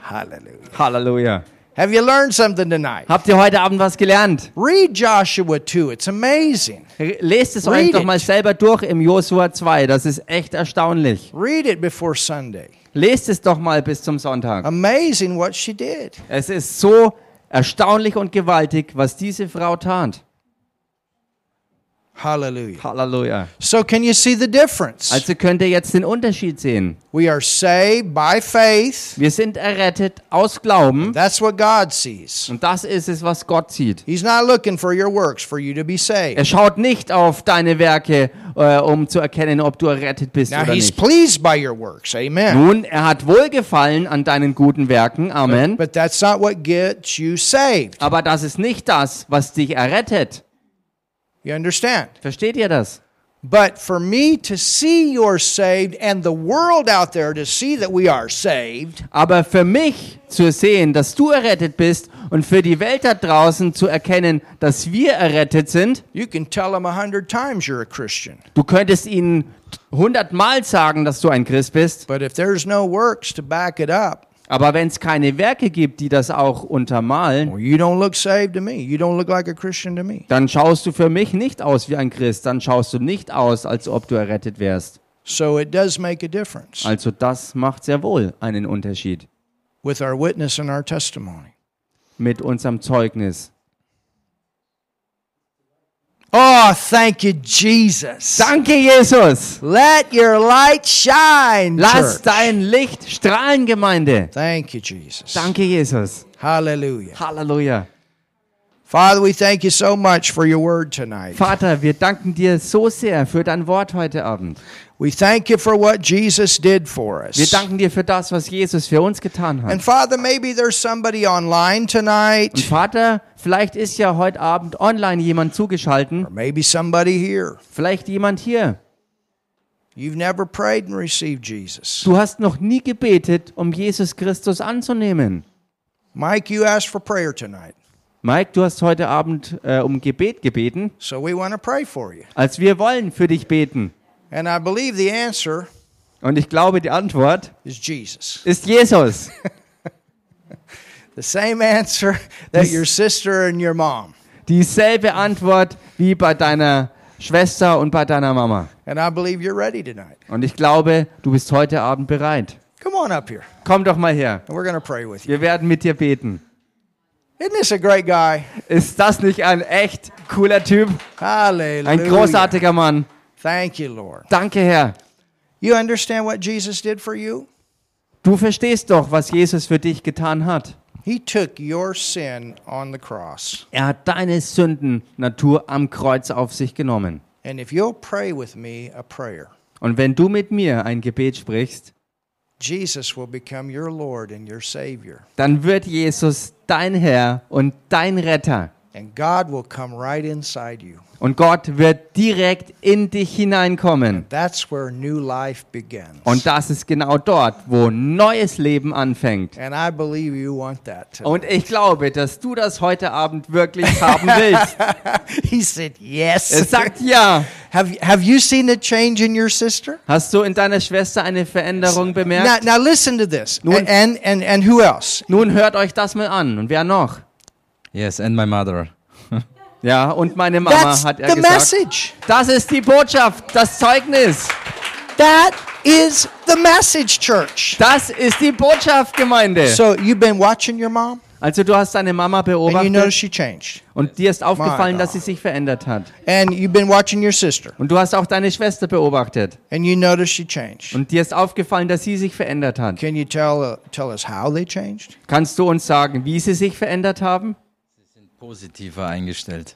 S1: Hallelujah.
S2: Halleluja.
S1: Have you learned something tonight?
S2: Habt ihr heute Abend was gelernt?
S1: Read Joshua 2. It's amazing.
S2: Re- Lest es
S1: Read
S2: euch doch
S1: it.
S2: mal selber durch im Josua 2. Das ist echt erstaunlich.
S1: Read it before Sunday.
S2: Lest es doch mal bis zum Sonntag.
S1: Amazing what she did.
S2: Es ist so erstaunlich und gewaltig, was diese Frau tat.
S1: Hallelujah.
S2: Halleluja.
S1: So, can you see the difference?
S2: Also könnt ihr jetzt den Unterschied sehen.
S1: We are saved by faith.
S2: Wir sind errettet aus Glauben.
S1: That's what God sees.
S2: Und das ist es, was Gott sieht.
S1: He's not looking for your works for you to be saved.
S2: Er schaut nicht auf deine Werke, äh, um zu erkennen, ob du errettet bist
S1: Now
S2: oder
S1: he's
S2: nicht.
S1: pleased by your works. Amen.
S2: Nun, er hat Wohlgefallen an deinen guten Werken. Amen.
S1: But that's not what gets you saved.
S2: Aber das ist nicht das, was dich errettet.
S1: You understand?
S2: Versteht ihr das?
S1: But for me to see you're saved and the world out there to see that we are saved,
S2: Aber für mich zu sehen, dass du errettet bist und für die Welt da draußen zu erkennen, dass wir errettet sind,
S1: you can tell them a hundred times you're a Christian.
S2: du könntest ihnen hundertmal sagen, dass du ein Christ bist,
S1: But if there's no works to back it up,
S2: aber wenn es keine Werke gibt, die das auch untermalen,
S1: well, you don't look saved to me. You don't look like a Christian to me.
S2: dann schaust du für mich nicht aus wie ein Christ, dann schaust du nicht aus, als ob du errettet wärst.
S1: So it does make a difference
S2: Also das macht sehr wohl einen Unterschied
S1: with our witness and our testimony.
S2: mit unserem Zeugnis.
S1: Oh, thank you, Jesus.
S2: Danke, Jesus!
S1: Let your light shine. church.
S2: Lass dein Licht strahlen, Gemeinde!
S1: Thank you, Jesus.
S2: Danke, Jesus!
S1: Hallelujah.
S2: Halleluja!
S1: Father, we thank you so much for your word tonight.
S2: Vater, wir danken dir so sehr für dein Wort heute Abend.
S1: We thank you for what Jesus did for
S2: Wir
S1: us.
S2: danken dir für das, was Jesus für uns getan
S1: And
S2: hat.
S1: Father, maybe there's somebody online
S2: Und
S1: tonight,
S2: Vater, vielleicht ist ja heute Abend online jemand zugeschalten,
S1: or maybe somebody here.
S2: vielleicht jemand hier.
S1: You've never prayed and received Jesus.
S2: Du hast noch nie gebetet, um Jesus Christus anzunehmen.
S1: Mike, you asked for prayer tonight,
S2: Mike, du hast heute Abend äh, um Gebet gebeten,
S1: so we want to pray for you.
S2: als wir wollen für dich beten.
S1: And I believe the answer
S2: Und ich glaube, die Antwort
S1: is Jesus.
S2: ist Jesus.
S1: The same answer that your sister and your mom.
S2: Dieselbe Antwort wie bei deiner Schwester und bei deiner Mama.
S1: And I believe you're ready tonight.
S2: Und ich glaube, du bist heute Abend bereit.
S1: Come on up here,
S2: Komm doch mal her.
S1: and we're going to pray with you.
S2: Wir werden mit dir beten.
S1: Isn't this a great guy?
S2: Ist das nicht ein echt cooler Typ?
S1: Hallelujah.
S2: Ein großartiger Mann.
S1: Thank you, Lord.
S2: Danke, Herr.
S1: You understand what Jesus did for you?
S2: Du verstehst doch, was Jesus für dich getan hat.
S1: He took your sin on the cross.
S2: Er hat deine Sünden Natur am Kreuz auf sich genommen.
S1: And if you'll pray with me a prayer,
S2: Und wenn du mit mir ein Gebet sprichst,
S1: Jesus will become your Lord and your Savior.
S2: dann wird Jesus dein Herr und dein Retter.
S1: and God will come right inside you.
S2: Und Gott wird direkt in dich hineinkommen.
S1: That's where new life begins.
S2: Und das ist genau dort, wo neues Leben anfängt.
S1: and I believe you want that. Today.
S2: Und ich glaube, dass du das heute Abend wirklich haben willst.
S1: he said, "Yes."
S2: Es sagt ja.
S1: have you- Have you seen a change in your sister?
S2: Hast du in deiner Schwester eine Veränderung bemerkt?
S1: Now, now listen to this.
S2: Nun-
S1: and and and who else?
S2: Nun hört euch das mal an. Und wer noch?
S3: Yes, and my mother.
S2: Ja, und meine Mama
S1: That's
S2: hat er
S1: the
S2: gesagt.
S1: message.
S2: Das ist die Botschaft, das Zeugnis.
S1: That is the message, church.
S2: Das ist die Botschaft, Gemeinde.
S1: So you've been watching your mom,
S2: also du hast deine Mama
S1: and you
S2: beobachtet
S1: notice she changed.
S2: und dir ist aufgefallen,
S1: My
S2: dass sie sich verändert hat.
S1: And you've been watching your sister,
S2: Und du hast auch deine Schwester beobachtet
S1: and you notice she changed.
S2: und dir ist aufgefallen, dass sie sich verändert hat.
S1: Can you tell uh, tell us how they changed?
S2: Kannst du uns sagen, wie sie sich verändert haben?
S3: Positiver eingestellt.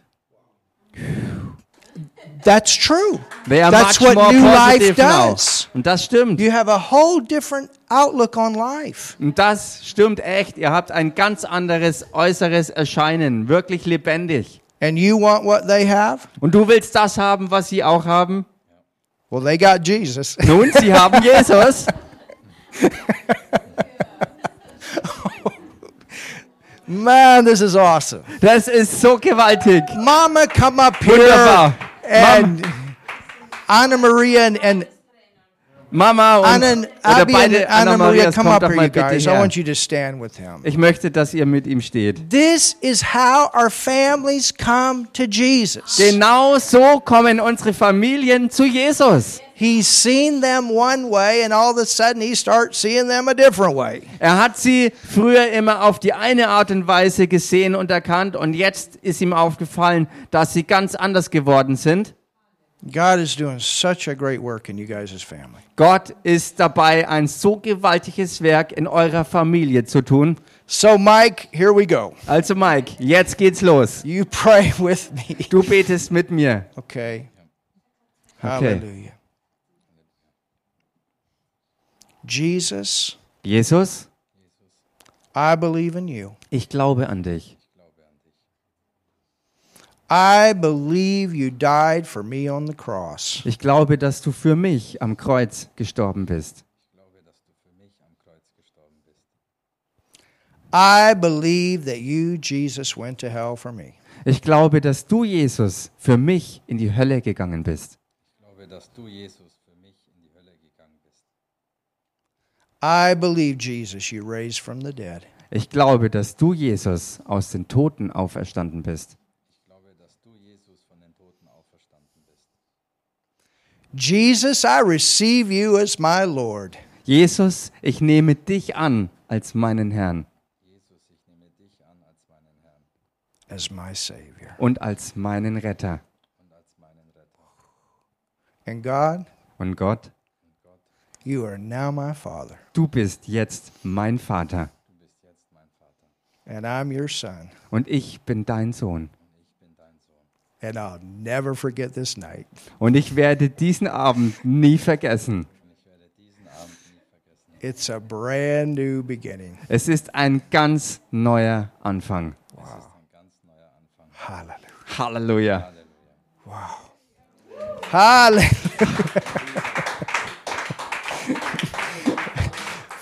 S1: That's true.
S2: They are
S1: That's what
S2: much more
S1: new life
S2: positive now.
S1: does.
S2: Und das stimmt.
S1: You have a whole different outlook on life.
S2: Und das stimmt echt. Ihr habt ein ganz anderes äußeres Erscheinen, wirklich lebendig.
S1: And you want what they have?
S2: Und du willst das haben, was sie auch haben?
S1: Well, they got Jesus.
S2: Nun, sie haben Jesus.
S1: Man, this is awesome.
S2: Das ist so gewaltig.
S1: Mama, come up here.
S2: Wunderbar.
S1: And Anna Maria and, and
S2: Mama und
S1: Anna, and
S2: oder
S1: Abby and
S2: beide
S1: Anna Maria,
S2: Maria,
S1: come
S2: kommt
S1: up
S2: doch
S1: here, you
S2: mal bitte
S1: guys. I
S2: her.
S1: want you to stand with him.
S2: Ich möchte, dass ihr mit ihm steht.
S1: This is how our families come to Jesus.
S2: Genau so kommen unsere Familien zu Jesus.
S1: He's seen them one way, and all of a sudden he starts seeing them a different way.
S2: Er hat sie früher immer auf die eine Art und Weise gesehen und erkannt und jetzt ist ihm aufgefallen, dass sie ganz anders geworden sind.
S1: God is doing such a great work in you guys' as family.
S2: Gott ist dabei, ein so gewaltiges Werk in eurer Familie zu tun.
S1: So, Mike, here we go.
S2: Also Mike, jetzt geht's los.
S1: You pray with me.
S2: Du betest mit mir.
S1: Okay. Hallelujah. Jesus,
S2: Jesus,
S1: I believe in you.
S2: ich glaube an dich.
S1: I believe you died for me on the cross.
S2: Ich glaube, dass du für mich am Kreuz gestorben bist.
S1: I believe that you, Jesus, went to hell for me.
S2: Ich glaube, dass du, Jesus, für mich in die Hölle gegangen bist.
S3: Ich glaube, dass du, Jesus, für mich in die Hölle gegangen bist.
S1: I believe, Jesus, you raised from the dead.
S2: Ich glaube, dass du, Jesus, aus den Toten auferstanden bist.
S3: Ich glaube, dass du, Jesus, von den Toten auferstanden bist.
S1: Jesus, I receive you as my Lord.
S2: Jesus, ich nehme dich an als meinen Herrn
S3: Jesus, ich nehme dich an als meinen Herrn
S1: as my Savior.
S2: und als meinen Retter.
S3: und als meinen Retter.
S1: And God,
S2: Und Gott,
S1: you are now my Father,
S2: du bist jetzt mein Vater
S3: Du bist jetzt mein Vater
S1: and I'm your Son.
S2: und ich bin dein Sohn.
S3: und ich bin dein Sohn.
S1: And I'll never forget this night.
S2: Und ich werde diesen Abend nie vergessen.
S3: Und ich werde diesen Abend nie vergessen.
S1: It's a brand new beginning.
S2: Es ist ein ganz neuer Anfang.
S3: Es ist ein ganz neuer Anfang.
S1: Hallelujah.
S2: Halleluja.
S1: Hallelujah.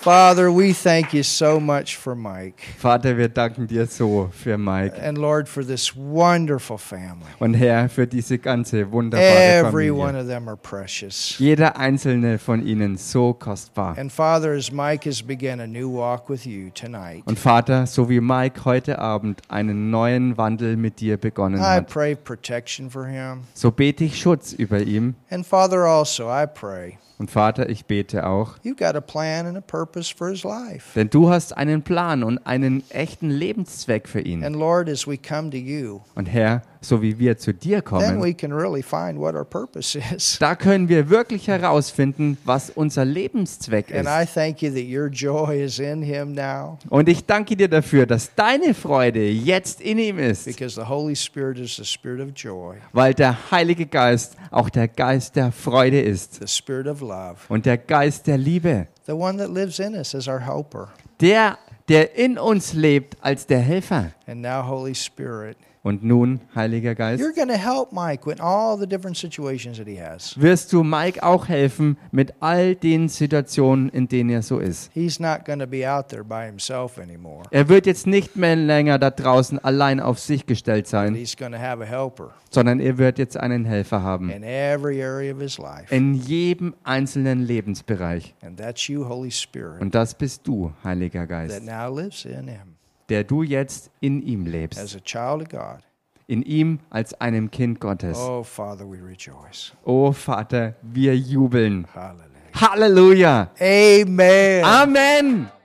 S1: Father, we thank you so much for Mike
S2: Vater, wir danken dir so für Mike.
S1: and Lord for this wonderful family.
S2: Und Herr, für diese ganze wunderbare
S1: Every one
S2: Familie.
S1: of them are precious.
S2: Jeder einzelne von ihnen so kostbar.
S1: And Father, as Mike has begun a new walk with you tonight,
S2: Und Vater, so wie Mike heute Abend einen neuen Wandel mit dir begonnen
S1: I
S2: hat,
S1: pray protection for him.
S2: so bete ich Schutz über ihm.
S1: And Father, also, I pray
S2: Und Vater, ich bete auch,
S1: you've got a plan and a purpose for his life.
S2: denn du hast einen Plan und einen echten Lebenszweck für ihn.
S1: And Lord, as we come to you,
S2: Und Herr, so wie wir zu dir
S1: then
S2: kommen,
S1: we can really find what our purpose is.
S2: da können wir wirklich herausfinden, was unser Lebenszweck
S1: And
S2: ist.
S1: I thank you that your joy is in him now
S2: Und ich danke dir dafür, dass deine Freude jetzt in ihm ist,
S1: because the Holy Spirit is the spirit of joy,
S2: weil der Heilige Geist auch der Geist der Freude ist
S1: the spirit of love,
S2: und der Geist der Liebe.
S1: the one that lives in us as our helper.
S2: der, der in uns lebt als der Helfer.
S1: And now, Holy Spirit,
S2: Und nun, Heiliger Geist,
S1: You're going to help Mike with all the different situations that he has.
S2: wirst du Mike auch helfen mit all den Situationen, in denen er so ist.
S1: He's not going to be out there by himself anymore.
S2: Er wird jetzt nicht mehr länger da draußen allein auf sich gestellt sein,
S1: He's going to have a helper
S2: sondern er wird jetzt einen Helfer haben.
S1: in every area of his life.
S2: In jedem einzelnen Lebensbereich.
S1: And that's you, Holy Spirit,
S2: Und das bist du, Heiliger
S1: that
S2: Geist,
S1: now lives in him
S2: der du jetzt in ihm lebst.
S1: as a child of God.
S2: In ihm als einem Kind Gottes.
S1: Oh, Father, we rejoice.
S2: Oh Vater, wir jubeln.
S1: Hallelujah.
S2: Halleluja.
S1: Amen.
S2: Amen.